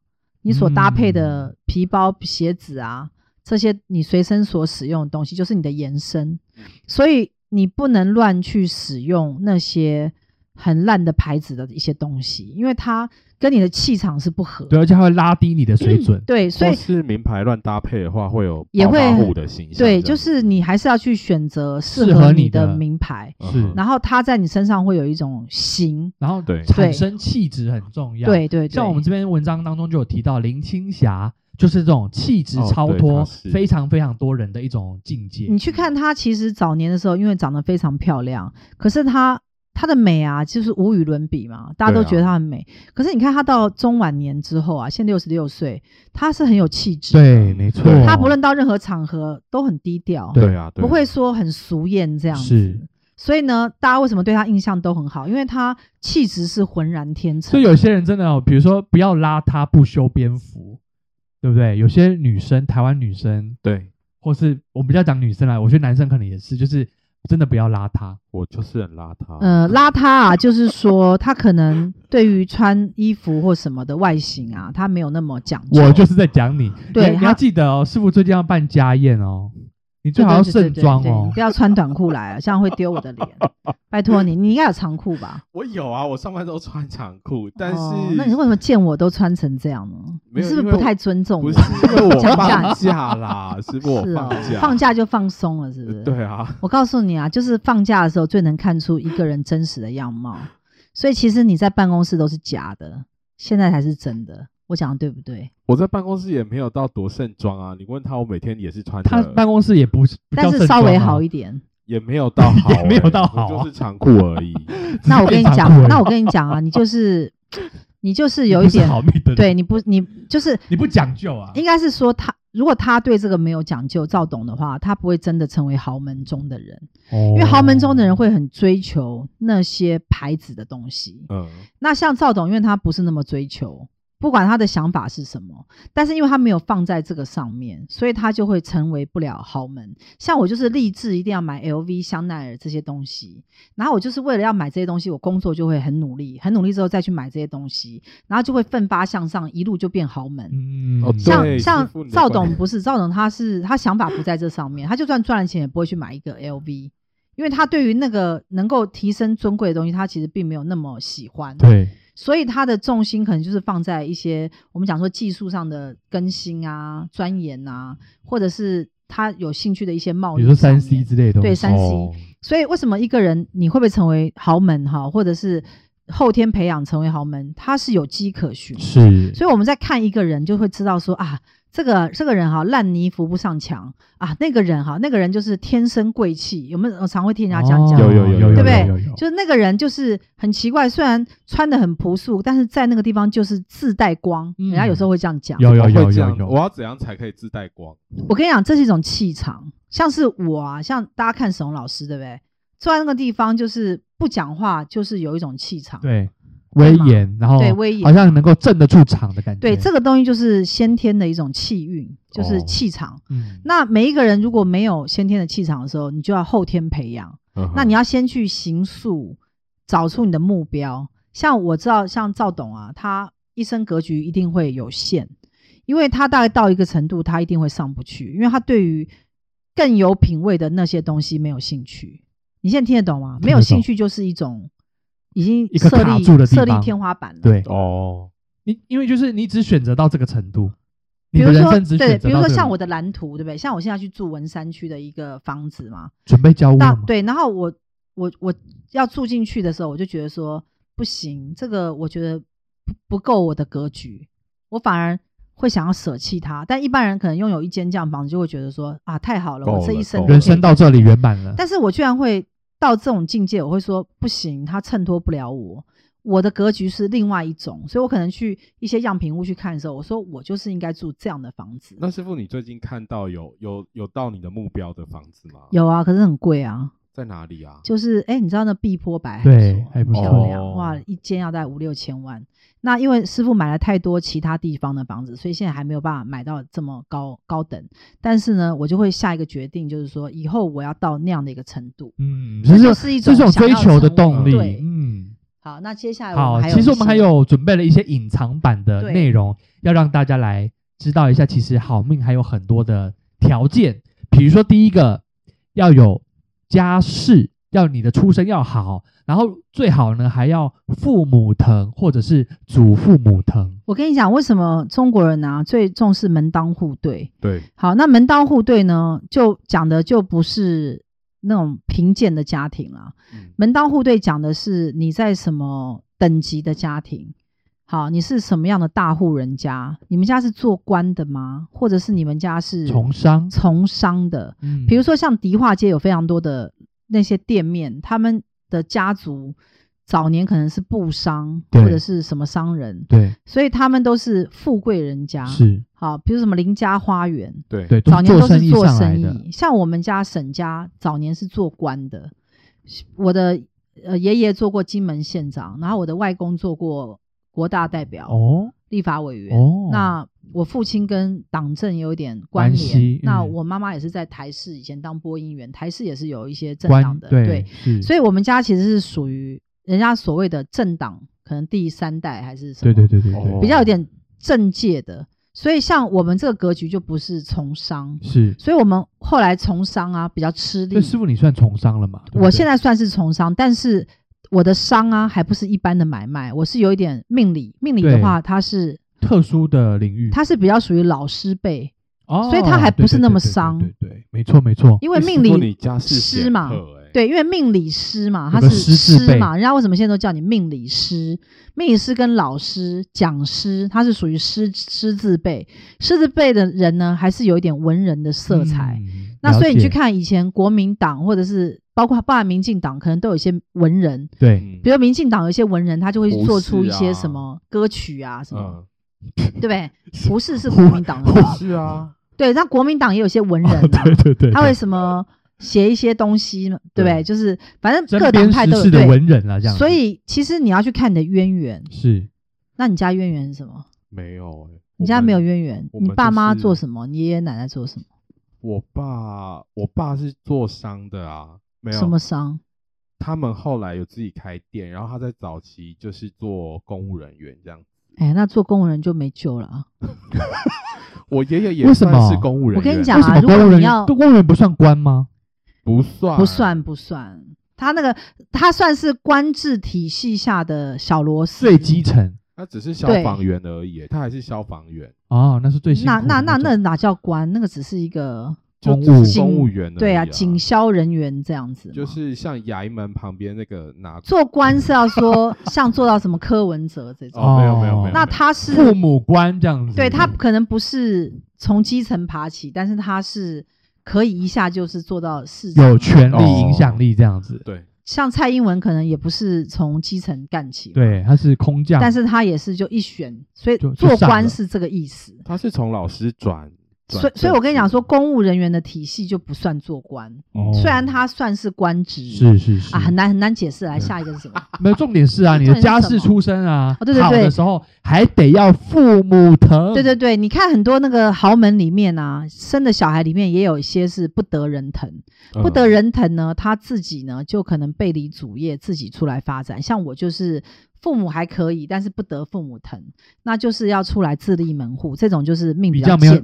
S2: 你所搭配的皮包、鞋子啊，这些你随身所使用的东西，就是你的延伸。所以你不能乱去使用那些很烂的牌子的一些东西，因为它跟你的气场是不合。
S3: 对，而且它会拉低你的水准。
S2: 对，所
S4: 或
S2: 以
S4: 是名牌乱搭配的话，会有
S2: 也
S4: 暴发
S2: 会
S4: 户的形象这
S2: 对，
S4: 样子。
S2: 就是你还是要去选择适
S3: 适合
S2: 合
S3: 你
S2: 你
S3: 的
S2: 的名牌，
S4: 嗯
S3: 是
S4: 哼
S2: 然后它在你身上会有一种型。
S3: 然后
S4: 对
S3: 产
S2: 对
S3: 生气质很重要。，
S2: 对对对，
S3: 像我们这篇文章当中就有提到林青霞，就是这种气质
S4: 哦
S3: 超
S4: 对
S3: 脱、
S4: 她是
S3: 非常非常多人的一种境界。
S2: 你去看她，其实早年的时候，因为长得非常漂亮，可是她她的美啊，就是无与伦比嘛，大家都
S4: 对啊
S2: 觉得她很美。可是你看她到中晚年之后啊，现六十六岁，她是很有气质。，
S3: 对，没错，
S4: 对
S2: 她不论到任何场合都很低调，
S3: 对
S4: 对啊，对
S2: 不会说很俗艳这样
S3: 是
S2: 子。所以呢，大家为什么对她印象都很好？因为她气质是浑然天成。
S3: 所以有些人真的、哦，比如说不要邋遢，不修边幅，对不对？有些女生，台湾女生，
S4: 对，
S3: 或是我们不要讲女生啦，我觉得男生可能也是，就是真的不要邋遢。
S4: 我就是很邋遢。 <laughs>
S2: 呃，邋遢啊，就是说他可能对于穿衣服或什么的外形啊，他没有那么讲究。
S3: 我就是在讲你，
S2: 对
S3: 你你
S2: 他
S3: 要记得哦，师傅最近要办家宴哦，你最好要
S2: 对对对
S3: 盛
S2: 对
S3: 装
S2: 对对
S3: 哦
S2: 你不。要穿短裤来啊，这样会丢我的脸。拜托你，你应该有长裤吧？
S4: 我有啊，我上班都穿长裤，
S2: 哦，那你为什么见我都穿成这样呢？你
S4: 没有
S2: 是不是
S4: 因为
S2: 不太尊重
S4: 不
S2: 我？
S4: 是因为我
S2: 讲
S4: 放
S2: 价
S4: 假啦，是不？我
S2: 是
S4: 放
S2: 哦
S4: 假，，
S2: 放假就放松了，是不是？
S4: 对啊，
S2: 我告诉你啊，就是放假的时候最能看出一个人真实的样貌，所以其实你在办公室都是假的，现在才是真的。我讲的对不对？
S4: 我在办公室也没有到多盛装啊。你问他，我每天也是穿
S3: 他
S4: 的，
S3: 办公室也不是，不
S2: 但
S3: 叫
S2: 是
S3: 盛
S2: 稍微
S3: 装啊
S2: 好一
S3: <laughs>
S2: 点。
S4: 也没有
S2: <laughs>
S4: 到好欸，
S3: 也没有到好啊
S4: 我就是长裤而已。
S3: 只
S2: 那
S3: 是
S2: 我跟
S3: 变
S2: 你
S3: 长裤而
S2: 讲，
S3: 已
S2: 那我跟你讲啊，你就是你就是
S3: 你
S2: 有
S3: 不
S2: 一
S3: 是
S2: 点，
S3: 好命的人，
S2: 对你不你就是
S3: 你不讲究啊。
S2: 应该是说他如果他对这个没有讲究，赵董的话，他不会真的成为豪门中的人，
S3: 因
S2: 因为豪门中的
S3: 哦
S2: 人会很追求那些牌子的东西。
S4: 嗯，
S2: 那像赵董，因为他不是那么追求。不管他的想法是什么，但是因为他没有放在这个上面，所以他就会成为不了豪门。像我就是立志一定要买 LV、香奈儿这些东西，然后我就是为了要买这些东西，我工作就会很努力，很努力之后再去买这些东西，然后就会奋发向上，一路就变豪门。
S3: 嗯
S4: 哦
S2: 像
S4: 对
S2: 像
S4: 师傅你的
S2: 赵
S4: 观
S2: 董
S4: 点
S2: 不是赵董，他是他想法不在这上面，他就算赚了钱也不会去买一个 LV，因为他对于那个能够提升尊贵的东西，他其实并没有那么喜欢。
S3: 对，
S2: 所以他的重心可能就是放在一些我们讲说技术上的更新啊、钻研啊，或者是他有兴趣的一些贸
S3: 比
S2: 易。
S3: 如说三 C 之类的东西，
S2: 对三 C
S3: 哦
S2: 所以为什么一个人你会不会成为豪门哈，或者是后天培养成为豪门，他是有迹可循。
S3: 是，
S2: 所以我们在看一个人，就会知道说啊，这个这个人哈，烂泥扶不上墙啊，那个人哈，那个人就是天生贵气。有没有我常会听人家这样讲？
S4: 哦有有有有
S2: 对不对
S3: 有有有
S2: 就是那个人就是很奇怪，虽然穿的很朴素，但是在那个地方就是自带光。
S3: 嗯
S2: 人家有时候会这样讲。
S3: 有有有
S4: 会这
S3: 有
S4: 样我
S3: 有，
S4: 要怎样才可以自带光？
S2: 我跟你讲，这是一种气场。像是我啊，像大家看沈龙老师，对不对？坐在那个地方就是不讲话，就是有一种气场。
S3: 对威
S2: 嘛
S3: 严，然后
S2: 对威严
S3: 好像能够镇得住场的感觉。
S2: 对，这个东西就是先天的一种气运，就是
S3: 哦
S2: 气场。
S3: 嗯，
S2: 那每一个人如果没有先天的气场的时候，你就要后天培养。那你
S4: 要
S2: 要先去行塑，找出你的目标。像我知道，像赵董啊，他一生格局一定会有限，因为他大概到一个程度，他一定会上不去，因为他对于更有品味的那些东西没有兴趣。你现在听得懂吗？没有
S3: 听得懂
S2: 兴趣就是一种已经
S3: 一个
S2: 设
S3: 卡
S2: 立
S3: 住的地
S2: 设立
S3: 方
S2: 天花板了。
S3: 对
S4: 哦，
S3: 你因为就是你只选择到这个程度，
S2: 比
S3: 你
S2: 如
S3: 的人
S2: 说
S3: 生只
S2: 对，
S3: 选择
S2: 比如
S3: 到
S2: 说
S3: 这个
S2: 像我的蓝图，对不对？像我现在去住文山区的一个房子嘛，
S3: 准备交屋
S2: 那
S3: 了嘛，
S2: 对，然后我我我要住进去的时候，我就觉得说不行，这个我觉得不不够我的格局，我反而会想要舍弃它。但一般人可能拥有一间这样的房子，就会觉得说啊，太好了，我
S4: 够
S2: 这
S4: 了
S2: 一生
S4: 够
S2: 都
S4: 了
S3: 人
S2: 可以
S3: 生到这里圆满了。
S2: 但是我居然会到这种境界，我会说不行，它衬托不了我。我的格局是另外一种，所以我可能去一些样品屋去看的时候，我说我就是应该住这样的房子。
S4: 那师傅，你最近看到有有有到你的目标的房子吗？
S2: 有啊，可是很贵啊，
S4: 在哪里啊？
S2: 就是哎、你知道那碧波白
S3: 对还不
S2: 不错
S4: 错
S2: 漂亮、
S4: 哦
S2: 哇，一间要带五六千万。那因为师傅买了太多其他地方的房子，所以现在还没有办法买到这么高高等。但是呢，我就会下一个决定，就是说以后我要到那样的一个程度。
S3: 嗯，
S2: 那
S3: 这
S2: 就是是一
S3: 这
S2: 种
S3: 种
S2: 想
S3: 追
S2: 要
S3: 求
S2: 成
S3: 的
S2: 为
S3: 动力
S2: 对。
S3: 嗯，
S2: 好，那接下来我
S3: 好
S2: 们，还有
S3: 其实
S2: 一
S3: 我们
S2: 些
S3: 还有准备了一些隐藏版的
S2: 对
S3: 内容，要让大家来知道一下，其实好命还有很多的条件，比如说第一个要有家世，要你的出身要好，然后最好呢还要父母疼或者是祖父母疼。
S2: 我跟你讲，为什么中国人啊最重视门当户对？
S4: 对，
S2: 好，那门当户对呢，就讲的就不是那种贫贱的家庭啊。
S4: 嗯
S2: 门当户对讲的是你在什么等级的家庭，好，你是什么样的大户人家？你们家是做官的吗？或者是你们家是
S3: 从商，
S2: 从商的？
S3: 嗯，
S2: 比如说像迪化街有非常多的那些店面，他们的家族早年可能是布商
S3: 对
S2: 或者是什么商人，
S3: 对，
S2: 所以他们都是富贵人家。
S3: 是，
S2: 好，比如什么林家花园，
S4: 对
S3: 对，
S2: 早
S3: 都
S2: 年
S3: 是
S2: 都
S3: 生
S2: 是
S3: 意
S2: 做
S3: 上来
S2: 生
S3: 的，
S2: 意，像我们家沈家早年是做官的，我的呃爷爷做过金门县长，然后我的外公做过国大代表、
S3: 哦
S2: 立法委员。
S3: 哦，
S2: 那我父亲跟党政有点关
S3: 关
S2: 联，
S3: 系
S2: 那
S3: 嗯
S2: 我妈妈也是在台视以前当播音员，台视也是有一些政党
S3: 关
S2: 的，
S3: 对，是
S2: 所以我们家其实是属于人家所谓的政党，可能第三代还是什
S3: 对
S2: 么，
S3: 对对对对，
S4: 哦
S2: 比较有点政界的，所以像我们这个格局就不是从商，
S3: 是。
S2: 所以我们后来从商啊比较吃力
S3: 所以，师傅，你算从商了嘛？对不
S2: 我
S3: 对
S2: 现在算是从商，但是我的商啊还不是一般的买卖，我是有一点命理，命理的
S3: 对
S2: 话它是。
S3: 特殊的领域，
S2: 它是比较属于老师辈，
S3: 哦，
S2: 所以它还不是那么伤
S3: 对对对对对对没错没错，
S2: 因为
S4: 欸师
S2: 命
S4: 傅
S2: 理
S4: 你家世
S2: 师
S4: 显
S2: 嘛
S4: 赫欸，
S2: 对，因为命理师嘛，他
S3: 有个
S2: 是
S3: 师字
S2: 师
S3: 辈
S2: 嘛，人家为什么现在都叫你命理师？命理师跟老师、讲师，他是属于师师字辈。师字辈的人呢，还是有一点文人的色彩。
S3: 嗯
S2: 那
S3: 了
S2: 所以你去
S3: 解
S2: 看以前国民党或者是包括包含民进党，可能都有一些文人，
S3: 对
S4: 嗯，
S2: 比如民进党有一些文人，他就会
S4: 胡
S2: 做出
S4: 适
S2: 一些
S4: 啊
S2: 什么歌曲啊什么，
S4: 嗯，
S2: 对不对？ <laughs> 不是是国民党的吧，
S4: 是啊，
S2: 对，那国民党也有些文人啊，
S3: 哦 <laughs> 对对对，
S2: 他
S3: 对
S2: 会什么写一些东西嘛，对不对？
S4: 对
S2: 就是反正各党
S3: 针砭
S2: 派都
S3: 时
S2: 有
S3: 事的
S2: 对，
S3: 文人啦，啊这样子，
S2: 所以其实你要去看你的渊源。
S3: 是
S2: 那你家渊源是什么？
S4: 没有欸，
S2: 你
S4: 我
S2: 家
S4: 们
S2: 没有渊源，
S4: 我
S2: 你
S4: 们
S2: 爸
S4: 就
S2: 妈
S4: 是
S2: 做什么？你爷爷奶奶做什么？
S4: 我爸，我爸是做商的啊，没有
S2: 什么商？
S4: 他们后来有自己开店，然后他在早期就是做公务人员这样。
S2: 哎，那做公务人就没救了啊！
S4: 我爷爷也
S3: 为什
S4: 算
S3: 么
S4: 是公务人员，
S2: 我跟你讲
S3: 为什
S2: 啊
S3: 么
S2: 如果
S3: 公务
S2: 你
S3: 人
S2: 要
S3: 员公务人员不算官吗？
S4: 不算，
S2: 不算不算，他那个他算是官制体系下的小螺丝
S3: 最。基层
S4: 他只是消
S2: 对
S4: 防员而已，他还是消防员，
S3: 哦，那是最辛苦
S2: 那
S3: 的
S2: 那那那
S3: 种
S2: 哪叫官？那个只是一个
S4: 就
S3: 公
S4: 只
S3: 务
S4: 是公
S2: 警
S4: 务员而已、
S2: 对啊，
S4: 啊，
S2: 警消人员这样子嘛。
S4: 就是像衙门旁边那个拿
S2: 做官是要
S3: <laughs>
S2: 说像做到什么柯文哲这种，
S4: 哦，没有没有没
S2: 那
S4: 有，没有
S2: 他是
S3: 父母官这样子，
S2: 对他可能不是从基层爬起，但是他是可以一下就是做到市长。
S3: 有权利、
S4: 哦
S3: 影响力这样子，
S4: 对
S2: 像蔡英文可能也不是从基层干起，，
S3: 对，他是空降，
S2: 但是他也是就一选，所以
S3: 就就
S2: 做
S3: 上
S2: 官
S3: 了
S2: 是这个意思。
S4: 他是从老师转，转
S2: 所以，所以我跟你讲说，
S4: 政治
S2: 公务人员的体系就不算做官，
S3: 哦
S2: 虽然他算是官职，
S3: 是是是
S2: 啊，很难很难解释。来，
S3: 对
S2: 下一个是什么？ <laughs>
S3: 没有重点是啊，你
S2: 重点是
S3: 的家
S2: 什
S3: 世
S2: 么
S3: 出身啊，
S2: 哦对对
S3: 好
S2: 对
S3: 的时候还得要父母疼，
S2: 对对对，你看很多那个豪门里面啊，生的小孩里面也有一些是不得人疼，
S4: 嗯
S3: 嗯
S2: 不得人疼呢，他自己呢就可能背离主业，自己出来发展。像我就是父母还可以，但是不得父母疼，那就是要出来自立门户。这种就是命
S3: 比
S2: 较
S3: <laughs> 较没有
S2: 贱，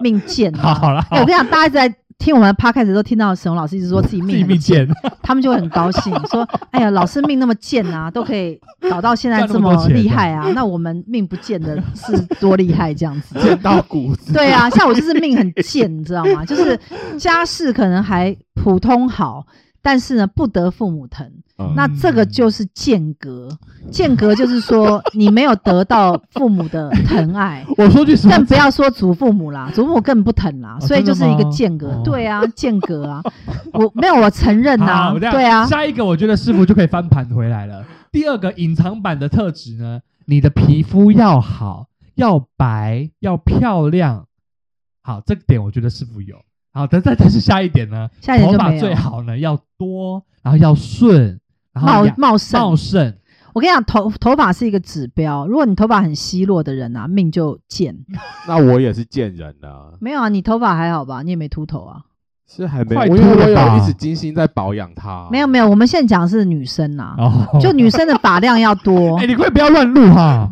S2: 命贱、啊。
S3: 好，好了，
S2: 哎、我跟你讲，大家一直在听我们的 podcast 都听到沈荣老师一直说自己
S3: 自己
S2: 命很
S3: 命贱，
S2: 他们就会很高兴，说：“哎呀，老师命那么贱啊，都可以搞到现在
S3: 赚那
S2: 这
S3: 么多
S2: 么
S3: 钱
S2: 厉害啊，那我们命不见得是多厉害这样子。”
S4: 见到骨子。
S2: 对啊，像我就是命很贱，你知道吗？就是家世可能还普通好，但是呢不得父母疼，<laughs>
S4: 嗯
S2: 那这个就是间隔。间隔就是说你没有得到父母的疼爱，
S3: 我说句实 <laughs> 话
S2: 更，不要说祖父母啦，祖父母更不疼啦，
S3: 哦
S2: 所以就是一
S3: 真的
S2: 个
S3: 吗
S2: 间隔
S3: 哦。
S2: 对啊，间隔啊，我没有我承认
S3: 好
S2: 呐，
S3: 我这样
S2: 对啊，
S3: 下一个我觉得师傅就可以翻盘回
S2: <laughs>
S3: 来了。第二个隐藏版的特质呢，你的皮肤要好，要白，要漂亮。好，这个点我觉得师傅有。好，但但但是下一点呢，
S2: 下一点
S3: 头
S2: 就
S3: 发
S2: 没有
S3: 最好呢要多，然后要顺，然后
S2: 茂
S3: 要
S2: 茂盛。
S3: 茂盛。
S2: 我跟你讲，头头发是一个指标，如果你头发很稀落的人啊，命就贱。
S3: 嗯
S4: 那我也是见人啊，
S2: 没有啊，你头发还好吧？你也没秃头啊。
S4: 是还没，
S3: 快
S4: 因为
S3: 吐了
S4: 我有
S3: 吧
S4: 一直精心在保养它。啊
S2: 没有没有，我们现在讲的是女生呐、
S3: 哦，
S2: 就女生的发量要多
S3: <laughs> 哎、。你快不要乱录
S2: <laughs>
S3: 哈。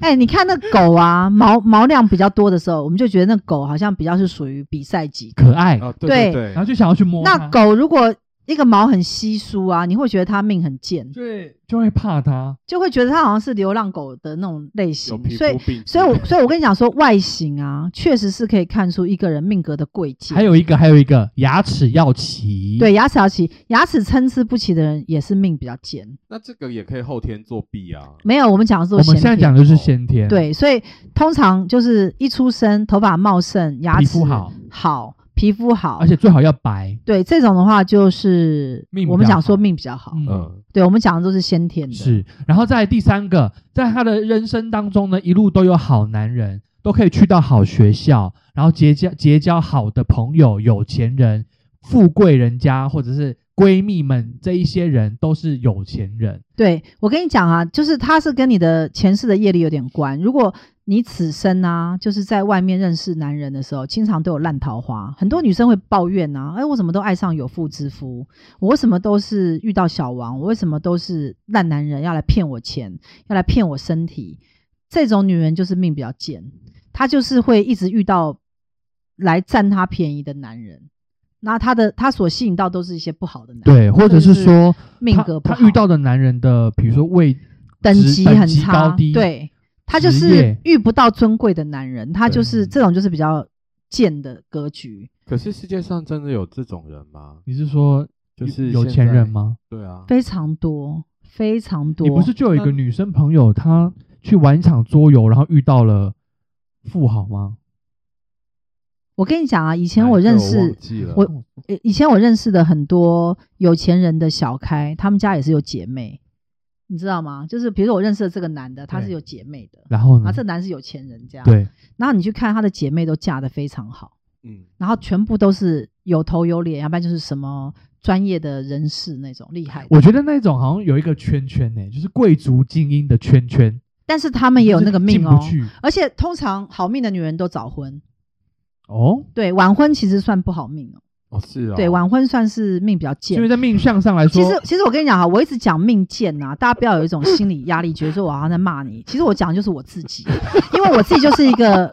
S2: 哎、你看那狗啊，毛毛量比较多的时候，我们就觉得那狗好像比较是属于比赛级。
S3: 可爱，
S4: 啊，对
S2: 对
S4: 对
S3: 然后就想要去摸它
S2: 那狗如果一个毛很稀疏啊，你会觉得它命很贱，
S3: 就会就会怕它。
S2: 就会觉得它好像是流浪狗的那种类
S4: 有
S2: 型。
S4: 皮
S2: 所以
S4: 肤，病，
S2: 所以
S3: 嗯
S2: 我所以我跟你讲说，外形啊，确实是可以看出一个人命格的贵贱。
S3: 还有一个，还有一个牙齿要齐。
S2: 对，牙齿要齐，牙齿参差不齐的人也是命比较贱。
S4: 那这个也可以后天作弊啊。
S2: 没有，我们讲的是
S3: 我
S2: 先
S3: 们现在
S2: 天哦
S3: 讲的就是先天。，
S2: 对，所以通常就是一出生头发茂盛，牙齿
S3: 皮肤好，
S2: 好，皮肤好
S3: 而，且最好要白。
S2: 对这种的话就是
S3: 命比
S2: 我们
S3: 较
S2: 讲说
S3: 好
S2: 命比较好，
S3: 嗯，
S4: 嗯，
S2: 对我们讲的都是先天的，
S3: 是。然后再来第三个，在他的人生当中呢，一路都有好男人，都可以去到好学校，然后结交结交好的朋友、有钱人、富贵人家，或者是闺蜜们，这一些人都是有钱人。
S2: 对我跟你讲啊，就是它是跟你的前世的业力有点关。如果你此生啊，就是在外面认识男人的时候，经常都有烂桃花，很多女生会抱怨啊，哎，我怎么都爱上有妇之夫？我为什么都是遇到小王？我为什么都是烂男人要来骗我钱，要来骗我身体？这种女人就是命比较贱，她就是会一直遇到来占她便宜的男人。那她的她所吸引到都是一些不好的男人，
S3: 对，或者是
S2: 就是
S3: 说
S2: 命
S3: 他
S2: 格不
S3: 他
S2: 好
S3: 遇到的男人的，比如说位
S2: 等
S3: 职
S2: 级
S3: 等
S2: 很
S3: 级
S2: 差，
S3: 高低
S2: 对他就
S3: 职
S2: 是
S3: 业
S2: 遇不到尊贵的男人，他就是
S3: 对
S2: 这种就是比较贱的格局。
S4: 可是世界上真的有这种人吗？
S3: 你是说
S4: 就是
S3: 有有钱
S4: 现
S3: 人
S4: 在
S3: 吗？
S4: 对啊，
S2: 非常多，非常多。
S3: 你不是就有一个
S4: 那
S3: 女生朋友，她去玩一场桌游，然后遇到了富豪吗？
S2: 我跟你讲啊，以
S4: 哪
S2: 前
S4: 一
S2: 我
S4: 个
S2: 认
S4: 忘
S2: 识，
S4: 记了，
S2: 我呃以前我认识的很多有钱人的小开，他们家也是有姐妹，你知道吗？就是比如说我认识的这个男的，他
S3: 对
S2: 是有姐妹的，
S3: 然后呢？
S2: 啊，这男是有钱人家，。
S3: 对，
S2: 然后你去看他的姐妹都嫁得非常好，
S4: 嗯，
S2: 然后全部都是有头有脸，要不然就是什么专业的人士那种厉害的。
S3: 我觉得那种好像有一个圈圈呢、就是贵族精英的圈圈，
S2: 但是他们也有那个命哦
S3: 就是。进不去
S2: 而且通常好命的女人都早婚，
S3: 哦，
S2: 对晚婚其实算不好命哦。
S4: 哦是啊，
S2: 对晚婚算是命比较
S3: 因为
S2: 贱。
S3: 在命相上来说，
S2: 其实其实我跟你讲哈，我一直讲命贱呐、大家不要有一种心理压力，觉得说我好像在骂你。其实我讲的就是我自
S3: <laughs>
S2: 己，因为我自己就是一个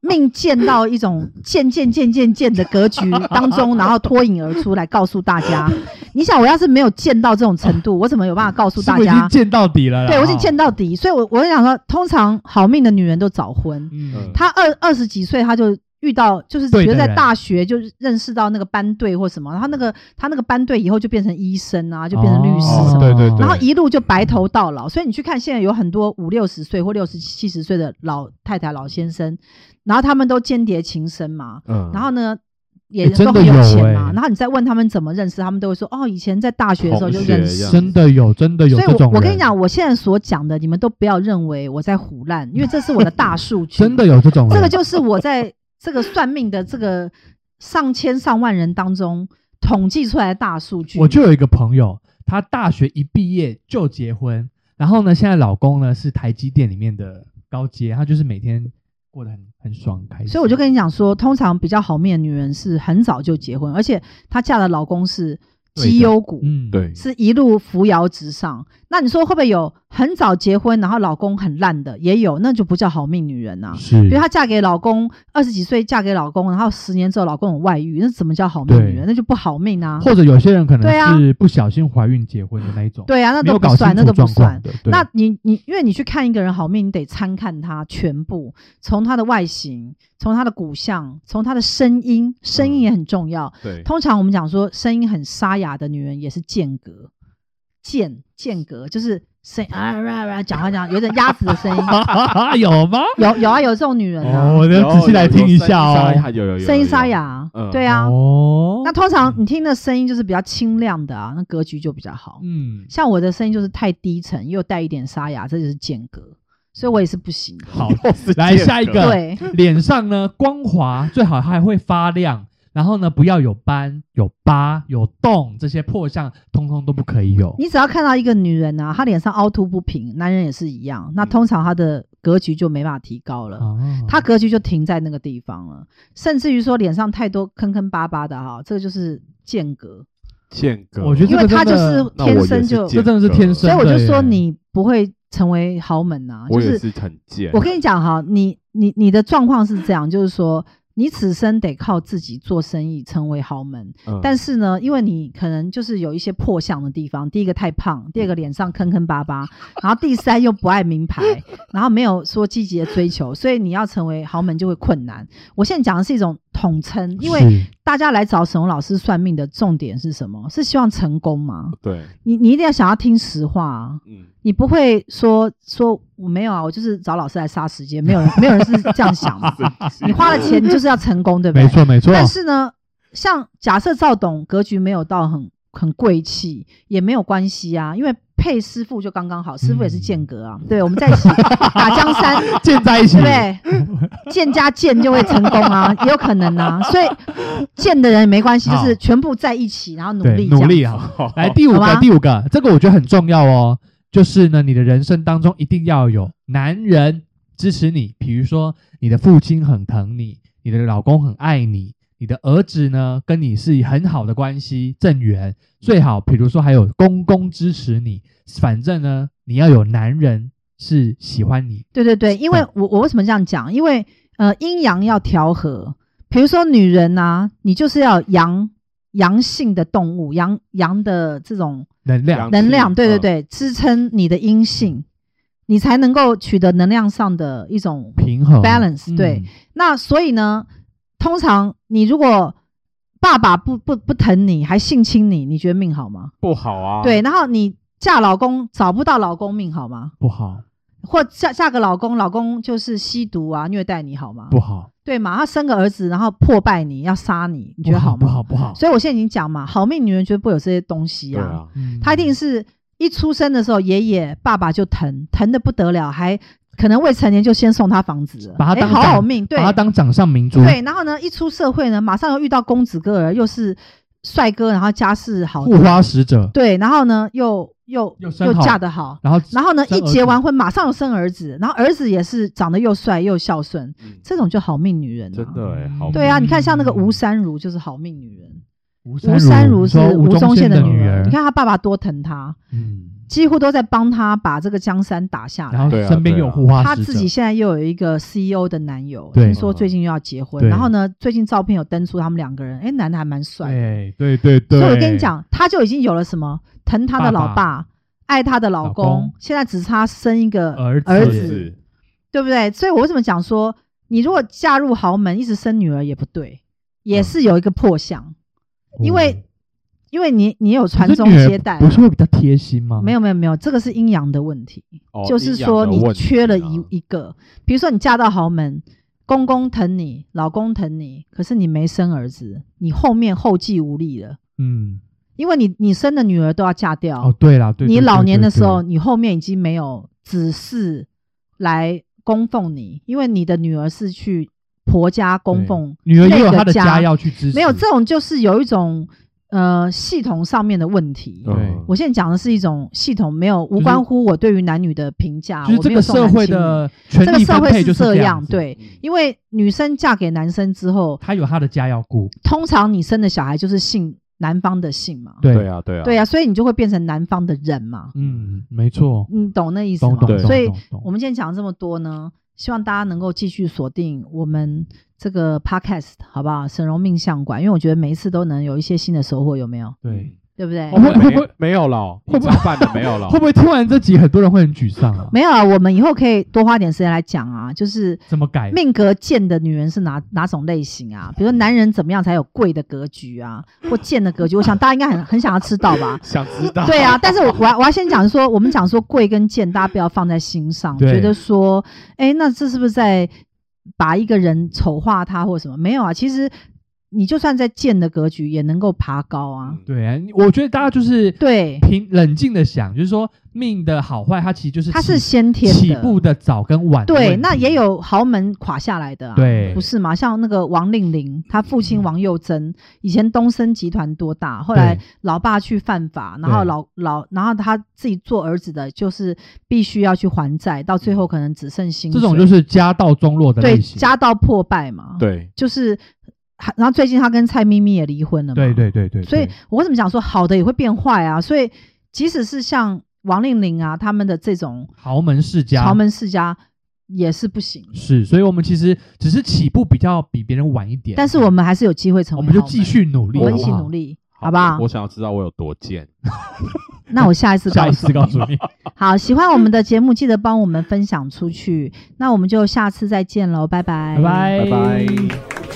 S2: 命贱到一种贱贱贱贱贱的格局当中，
S3: <laughs>
S2: 然后脱颖而出来告诉大家。你想，我要是没有贱到这种程度，我怎么有办法告诉
S3: 是
S2: 大
S3: 不是已
S2: 家
S3: 经？见到底了啦？
S2: 对我已经
S3: 哈
S2: 见，到底，所以我我想说，通常好命的女人都早婚，
S3: 嗯，
S2: 他二二十几岁他就遇到，就是
S3: 对
S2: 比
S3: 的
S2: 如在
S3: 人
S2: 大学就认识到那个班队或什么，他那个他那个班队以后就变成医生啊，就变成律师
S4: 哦
S2: 什么。
S4: 对对对
S2: 然后一路就白头到老，所以你去看现在有很多五六十岁或六十七十岁的老太太、老先生，然后他们都间谍情深嘛，
S4: 嗯，
S2: 然后呢也
S3: 诶真
S2: 都很
S3: 的有
S2: 钱嘛，
S3: 诶
S2: 然后你再问他们怎么认识，他们都会说哦，以前在大学的时候就
S4: 同学
S2: 认
S4: 这
S2: 识
S4: 样，
S3: 真的有，真的有
S2: 所以
S3: 这
S2: 我，
S3: 种
S2: 我跟你
S3: 人
S2: 讲，，我现在所讲的，你们都不要认为我在胡乱，因为这是我的大数据。
S3: <laughs> 真的有这种人，
S2: 这个就是我在这个算命的这个上千上万人当中统计出来的大数据。
S3: 我就有一个朋友，他大学一毕业就结婚，然后呢，现在老公呢是台积电里面的高阶，他就是每天过得很很爽开心。
S2: 所以我就跟你讲说，通常比较好命的女人是很早就结婚，而且她嫁的老公是
S3: 对的
S2: 绩优股，
S3: 嗯，
S4: 对，
S2: 是一路扶摇直上。那你说会不会有很早结婚，然后老公很烂的也有，那就不叫好命女人啊。
S3: 是
S2: 比如她嫁给老公二十几岁嫁给老公，然后十年之后老公有外遇，那怎么叫好命女
S3: 对
S2: 人？那就不好命啊。
S3: 或者有些人可
S2: 对啊
S3: 能是不小心怀孕结婚的那一种，
S2: 对啊，那
S3: 没
S2: 都
S3: 有
S2: 不
S3: 搞清
S2: 算，那
S3: 楚
S2: 都不
S3: 状况
S2: 算。
S3: 的。对，
S2: 那你你因为你去看一个人好命，你得参看他全部，从他的外形，从他的骨相，从他的声音，声音也很重要。
S4: 嗯对，
S2: 通常我们讲说，声音很沙哑的女人也是间隔，间间隔就是声啊啊啊啊，讲话讲有点鸭子的声
S4: <laughs>
S2: 音
S4: 哦
S3: <laughs>
S2: <laughs>
S3: 有吗？
S2: 有有啊，有这种女人
S3: 哦，
S2: 啊，
S3: 我
S4: 有
S3: 要仔细来听一下，
S4: 有有
S3: 哦。
S4: 声音沙哑有有有有
S2: 声音沙哑，啊
S4: 嗯，
S2: 对啊。
S3: 哦，
S2: 那通常你听的声音就是比较清亮的啊，那格局就比较好。
S3: 嗯，
S2: 像我的声音就是太低沉，又带一点沙哑，这就是间隔，所以我也是不行的。
S3: 好，
S4: 又是
S3: 来
S4: 间
S3: 下一
S4: 隔
S3: 个
S2: 对，
S3: 脸上呢光滑，最好还会发亮，然后呢不要有斑、有疤、有洞，这些破相通通都不可以有。
S2: 你只要看到一个女人啊，她脸上凹凸不平，男人也是一样，那通常她的格局就没办法提高了。
S3: 哦
S2: 她格局就停在那个地方了，甚至于说脸上太多坑坑巴巴的哈，这个就是间隔，
S4: 间隔，
S3: 我觉得
S2: 因为她就
S3: 这个真
S2: 是
S3: 的
S4: 那我也
S2: 天
S4: 是
S2: 生就，
S4: 间
S3: 这真的是
S4: 隔
S3: 天
S2: 所
S3: 生
S2: 以我就说
S3: 真的耶
S2: 你不会成为豪门呐、
S4: 我
S2: 就
S4: 也
S2: 是
S4: 是很贱，
S2: 我跟你讲哈，你你你的状况是这样，就是说你此生得靠自己做生意成为豪门，
S4: 嗯
S2: 但是呢，因为你可能就是有一些破相的地方，第一个太胖，
S3: 嗯
S2: 第二个脸上坑坑巴巴，然后第三又不爱名牌，然后没有说积极的追求，所以你要成为豪门就会困难。我现在讲的是一种统称，因为
S3: 是
S2: 大家来找沈宏老师算命的重点是什么？是希望成功吗？
S4: 对，
S2: 你你一定要想要听实话啊。
S4: 嗯，。
S2: 你不会说说我没有啊，我就是找老师来杀时间，没有人没有人是这样想
S3: <laughs>
S2: 嘛
S4: 生气
S2: 你花了钱，你就是要成功，对不对？
S3: 没。错没错，
S2: 但是呢，像假设赵董格局没有到很很贵气，也没有关系啊，因为配师傅就刚刚好，师傅也是剑阁啊。对，我们在一起打江
S3: <laughs>
S2: 山，
S3: 嗯建在一起，
S2: 对不对？剑加剑就会成功啊，也有可能
S3: <laughs>
S2: 啊。所以剑的人也没关系，就
S3: 好
S2: 是全部在一起，然后努
S3: 对
S2: 力这
S3: 努
S2: 样
S3: 力
S2: 子
S3: 啊。
S2: <laughs>
S3: 来第五
S2: 好
S3: 个，
S2: 吗
S3: 第五个，这个我觉得很重要哦，就是呢，你的人生当中一定要有男人支持你，比如说你的父亲很疼你，你的老公很爱你，你的儿子呢跟你是很好的关系正缘，最好比如说还有公公支持你，反正呢你要有男人是喜欢你，
S2: 对对对，因为我我为什么这样讲？因为呃，阴阳要调和。比如说女人呐、你就是要有阳阳性的动物，阳阳的这种
S3: 能量
S4: 阳
S2: 能量，
S4: 气
S2: 对对
S4: 嗯
S2: 对，支撑你的阴性，你才能够取得能量上的一种
S3: 平衡嗯
S2: balance，对那所以呢，通常你如果爸爸不不不疼你，还性侵你，你觉得命好吗？
S4: 不好啊，
S2: 对，，然后你嫁老公找不到老公，命好吗？
S3: 不好
S2: 或嫁嫁个老公，老公就是吸毒啊，虐待你好吗？
S3: 不好，
S2: 对嘛，他生个儿子，然后破败你，要杀你，你觉得好吗？
S3: 不好不好，
S2: 所以我现在已经讲嘛，好命女人绝对不会有这些东西
S4: 对
S2: 啊。
S4: 啊，
S3: 嗯
S2: 她一定是一出生的时候，爷爷爸爸就疼，疼的不得了，还可能未成年就先送她房子了，
S3: 把她
S2: 哎
S3: 当
S2: 好
S3: 丈
S2: 好命，对
S3: 把它当掌上明珠，
S2: 对。然后呢，一出社会呢，马上又遇到公子哥儿，又是帅哥，然后家世好，
S3: 护花使者，
S2: 对，然后呢又又
S3: 又生好
S2: 嫁得好，
S3: 然后
S2: 然后呢，
S3: 生
S2: 一
S3: 儿
S2: 结
S3: 子
S2: 完婚马上生儿子，然后儿子也是长得又帅又孝顺，
S4: 嗯
S2: 这种就好命女人、啊。
S4: 真的哎，
S3: 嗯
S4: 好，
S2: 对啊，你看像那个吴
S3: 嗯
S2: 珊如就是好命女人，
S3: 吴
S2: 吴珊如
S3: 你
S2: 是
S3: 说
S2: 吴宗宪
S3: 的
S2: 女
S3: 儿，
S2: 你看她爸爸多疼她，
S3: 嗯，
S2: 几乎都在帮她把这个江山打下
S3: 然
S2: 来。
S3: 后
S4: 对啊
S3: 身边
S4: 对啊
S3: 有护花
S2: 她
S3: 使者
S2: 自己现在又有一个 CEO 的男友，
S3: 对
S2: 听说最近又要结婚，
S3: 对
S2: 然后呢，最近照片有登出他们两个人，哎，男的还蛮帅的。
S3: 对哎对对对，
S2: 所以我跟你，讲，她就已经有了什么疼她的老
S3: 爸
S2: 爸，爱她的老
S3: 老
S2: 公
S3: 公，
S2: 现在只差生一个
S3: 儿子
S2: 儿
S4: 就
S2: 子
S4: 是
S2: 对不对？所以我为什么讲说，你如果嫁入豪门，一直生女儿也不对，
S3: 嗯
S2: 也是有一个破相，因为因为你你有传宗接代
S3: 哦
S2: 啊
S3: 可是女儿，不是会比较贴心吗？
S2: 没有没有没有，这个是阴阳的问题，
S4: 哦
S2: 就是
S4: 阴阳
S2: 说
S4: 的
S2: 你
S4: 问题
S2: 缺了
S4: 啊
S2: 一一个，比如说你嫁到豪门。公公疼你，老公疼你，可是你没生儿子，你后面后继无力了，
S3: 嗯，
S2: 因为你你生的女儿都要嫁掉，
S3: 哦对啦，对，
S2: 你
S3: 对
S2: 老
S3: 对
S2: 年的
S3: 对
S2: 时候，
S3: 对
S2: 你后面已经没有子嗣来供奉你，因为你的女儿是去婆家供奉，
S3: 女儿也有
S2: 那个
S3: 她的
S2: 家
S3: 家要去支持，
S2: 没有这种就是有一种呃系统上面的问题。
S3: 对
S4: 嗯
S2: 我现在讲的是一种系统，没有无
S3: 哦是
S2: 关乎我对于男女的评价，
S3: 就是这个社会
S2: 我
S3: 的
S2: 没有重男轻女
S3: 权
S2: 这个
S3: 力
S2: 社
S3: 分
S2: 会
S3: 配就是
S2: 这
S3: 样
S2: 样，
S3: 子，
S2: 对，因为女生嫁给男生之后，
S3: 她有她的家要顾，
S2: 通常你生的小孩就是性男方的姓嘛。
S3: 对
S4: 对，啊，对啊，
S2: 对啊，所以你就会变成男方的人嘛。
S3: 嗯，没错，
S2: 你懂那意思
S3: 懂
S2: 吗
S3: 懂
S4: 对
S3: 懂
S2: 所以
S3: 懂懂
S2: 我们今天讲了这么多呢，希望大家能够继续锁定我们这个 podcast，好不好？沈荣命相馆，因为我觉得每一次都能有一些新的收获，有没有？
S3: 对。
S2: 对不对？
S3: 哦会会
S4: 没
S3: 不会
S4: 没有了？
S3: 会不会
S4: 一半的没有了？？
S3: 会不会听完这集，很多人会很沮丧啊？
S2: 没有啊，我们以后可以多花点时间来讲啊，就是
S3: 怎么改？
S2: 命格贱的女人是哪哪种类型
S3: 嗯
S2: 啊？比如说男人怎么样才有贵的格局
S3: <laughs>
S2: 啊，或贱的格局？我想大家应该很很想要知道吧
S4: 想知道？
S2: 对啊，但是我我要我要先讲说，我们讲说贵跟贱，大家不要放在心上，
S3: 对
S2: 觉得说，哎，那这是不是在把一个人丑化他或什么？没有啊，其实你就算在贱的格局，也能够爬高啊。
S4: 嗯，
S3: 对啊，你我觉得大家就是
S2: 对，
S3: 平冷静的想，就是说命的好坏，它其实就是
S2: 它
S3: 起
S2: 是先天的
S3: 起步的早跟晚的问题。
S2: 对，那也有豪门垮下来的啊，
S3: 对嗯
S2: 不是吗？像那个王令麟，他父亲王佑珍，以前东森集团多大，后来
S3: 对
S2: 老爸去犯法，然后
S3: 对
S2: 老老，然后他自己做儿子的，就是必须要去还债，到最后可能只剩薪
S3: 嗯这
S2: 水，
S3: 种就是家道中落的
S2: 对
S3: 类型。
S2: 家道破败嘛，，
S4: 对，
S2: 就是，还然后最近他跟蔡咪咪也离婚了嘛，
S3: 对对对对，
S2: 所以
S3: 对
S2: 我为什么讲说好的也会变坏啊？所以即使是像王令麟啊他们的这种
S3: 豪门世家，
S2: 豪门世家也是不行。
S3: 是，所以我们其实只是起步比较比别人晚一点，
S2: 但是我们还是有机会成
S3: 我
S2: 为
S3: 们就
S2: 豪门
S3: 继，续努力，
S2: 我们
S3: 好
S2: 一
S3: 不
S2: 起
S3: 好
S2: 努。力，好不好
S4: 我？想要知道我有多贱。
S2: <laughs> 那我下一次
S3: 下
S2: 告
S3: 一
S2: 诉
S3: 次
S2: 你。
S3: 告诉你，
S2: <laughs> 好，喜欢我们的节目，记得帮我们分享出去。那我们就下次再见喽，拜拜，
S3: 拜拜
S4: 拜拜。